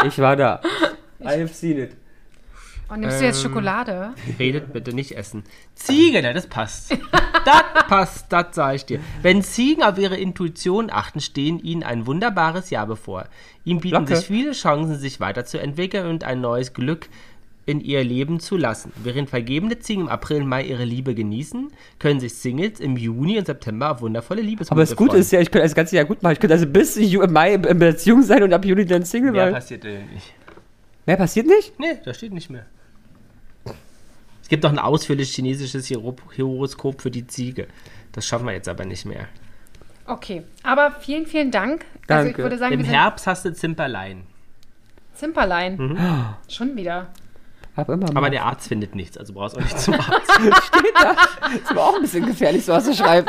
Ich war da. I have seen it. Oh, nimmst du jetzt Ähm. Schokolade? Redet bitte nicht essen. Ziege, na, das passt. Das passt, das sage ich dir. Wenn Ziegen auf ihre Intuition achten, stehen ihnen ein wunderbares Jahr bevor. Ihnen bieten Locke. sich viele Chancen, sich weiterzuentwickeln und ein neues Glück in ihr Leben zu lassen. Während vergebene Ziegen im April und Mai ihre Liebe genießen, können sich Singles im Juni und September auf wundervolle Liebesmomente Aber das Gute ist ja, ich könnte das ganze Jahr gut machen. Ich könnte also bis Ju- im Mai in Beziehung sein und ab Juni dann Single mehr werden. passiert äh, nicht. Mehr passiert nicht? Nee, da steht nicht mehr. Es gibt noch ein ausführliches chinesisches Hiro- Horoskop für die Ziege. Das schaffen wir jetzt aber nicht mehr. Okay, aber vielen, vielen Dank. Also ich Danke. würde sagen, Im wir sind Herbst hast du Zimperlein. Zimperlein. Mhm. Schon wieder. Hab immer mal. Aber der Arzt findet nichts, also brauchst auch nicht zum Arzt. ist aber auch ein bisschen gefährlich, sowas zu schreiben.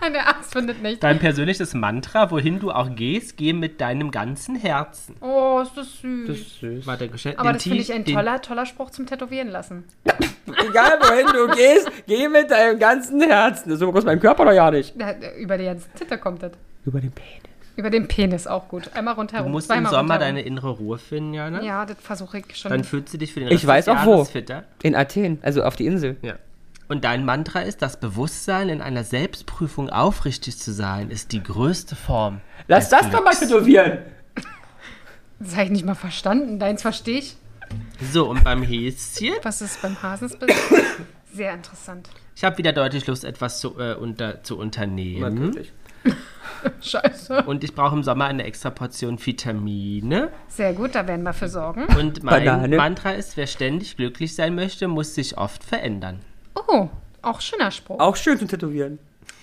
Ah, Der Arzt findet nicht. Dein persönliches Mantra, wohin du auch gehst, geh mit deinem ganzen Herzen. Oh, ist das süß. Süß. Warte, geschenkt. aber den das finde ich Tee- ein den- toller, toller Spruch zum Tätowieren lassen. Egal wohin du gehst, geh mit deinem ganzen Herzen. So groß mein Körper doch ja nicht. Da- da- Über die ganzen Titter kommt das. Über den Penis. Über den Penis auch gut. Einmal rundherum. Du musst im zweimal Sommer rundherum. deine innere Ruhe finden, Jana. Ja, das versuche ich schon. Dann fühlst du dich für den Ich Rest weiß des auch Jahres wo. fitter. In Athen, also auf die Insel. Ja. Und dein Mantra ist, das Bewusstsein in einer Selbstprüfung aufrichtig zu sein, ist die größte Form. Lass das doch mal tätowieren. das habe ich nicht mal verstanden. Deins verstehe ich. So, und beim Häschen, Was ist beim Hasenspiel? Sehr interessant. ich habe wieder deutlich Lust, etwas zu, äh, unter, zu unternehmen. Natürlich. Scheiße. Und ich brauche im Sommer eine extra Portion Vitamine. Sehr gut, da werden wir für sorgen. Und mein Banane. Mantra ist, wer ständig glücklich sein möchte, muss sich oft verändern. Oh, auch schöner Spruch. Auch schön zum Tätowieren.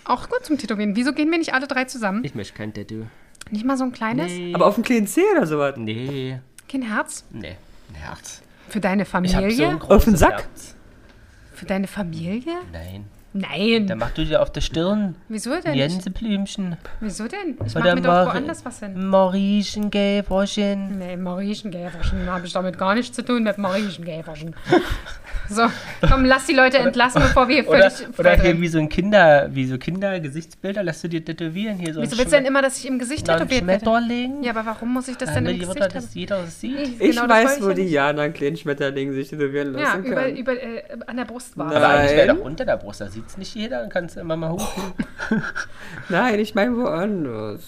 Auch gut zum Tätowieren. Wieso gehen wir nicht alle drei zusammen? Ich möchte kein Tattoo. Nicht mal so ein kleines? Aber auf dem kleinen Zeh oder sowas. Nee, Kein Herz? nee, ein Herz. Für deine Ich habe so Familie? ein großes Auf den Sack? Herz. Für deine Familie? Nein, dann Nein. mach du dir auf der Stirn Wieso denn? nicht? Jenseblümchen. Wieso denn? Ich Oder mach mir doch Mor- woanders was hin. Maurischen Gelbröschen. Nee, Maurischen Gäferschen habe ich damit gar nichts zu tun, mit Maurischen Gäferschen. so, komm, lass die Leute entlassen, bevor wir hier Oder, völlig oder verdrehen. hier wie so ein Kinder, wie so Kindergesichtsbilder, lässt du dir tätowieren hier so ein Wieso willst du denn immer, dass ich im Gesicht so ein tätowiert werde? Schmetterling? Ja, aber warum muss ich das denn im damit die Gesicht Mutter, haben? dass jeder das sieht. Ich Genau, das wollte weiß, ich wo ja die nicht. Jana einen kleinen Schmetterling sich tätowieren Ja, lassen über, kann. über, äh, an der Brust war. Na. Aber Also eigentlich wäre Nein. doch unter der Brust, da sieht es nicht jeder, dann kannst du immer mal hoch. Nein, ich meine woanders.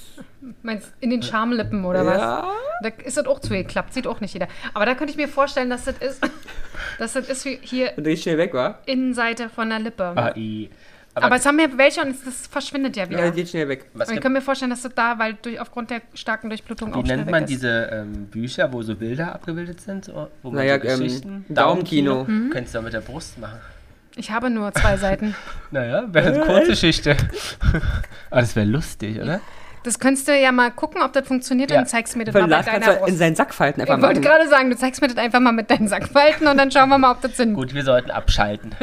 Meinst in den Schamlippen oder was? Ja. Da ist das auch zu geklappt, sieht auch nicht jeder. Aber da könnte ich mir vorstellen, dass das ist, dass das ist wie hier Und dreh schnell weg, wa? Innenseite von der Lippe. Ah, i. Aber, Aber es haben ja welche und es- das verschwindet ja wieder. Ja, geht schnell weg. was Und ich gibt, kann mir vorstellen, dass das da, weil durch, aufgrund der starken Durchblutung wie auch schnell nennt weg man ist. diese ähm, Bücher, wo so Bilder abgebildet sind? Wo man Naja, so ähm, Geschichten- Daumenkino. Hm. Mhm. Könntest du auch mit der Brust machen. Ich habe nur zwei Seiten. Naja, wäre eine kurze Geschichte. Aber das wäre lustig, oder? Das könntest du ja mal gucken, ob das funktioniert Ja. und zeigst mir das mal bei Vielleicht kannst deiner du in Brust. seinen Sack falten einfach Ich wollte mal. gerade sagen, du zeigst mir das einfach mal mit deinen Sackfalten und dann schauen wir mal, ob das Sinn Gut, wir sollten abschalten.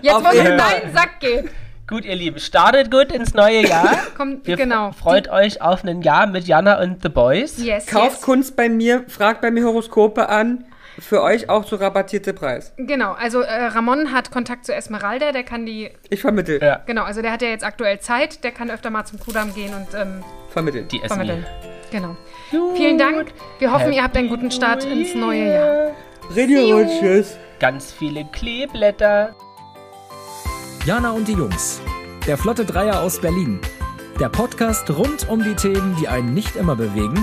Jetzt Auf muss es jeden in Fall. deinen Sack gehen. Gut, ihr Lieben, startet gut ins neue Jahr. Komm, Wir genau. Freut euch auf ein Jahr mit Jana und The Boys. Die- Yes, Kauft yes. Kunst bei mir, fragt bei mir Horoskope an. Für euch auch zu rabattierte Preis. Genau, also äh, Ramon hat Kontakt zu Esmeralda, der kann die, Ich vermittel. Ja. genau, also der hat ja jetzt aktuell Zeit, der kann öfter mal zum Kudamm gehen und ähm, Vermitteln. Die Esmi. vermitteln. Genau. Vielen Dank. Wir hoffen, ihr habt einen guten Start ins neue Jahr. Radio und Tschüss. Ganz viele Kleeblätter. Jana und die Jungs. Der Flotte Dreier aus Berlin. Der Podcast rund um die Themen, die einen nicht immer bewegen,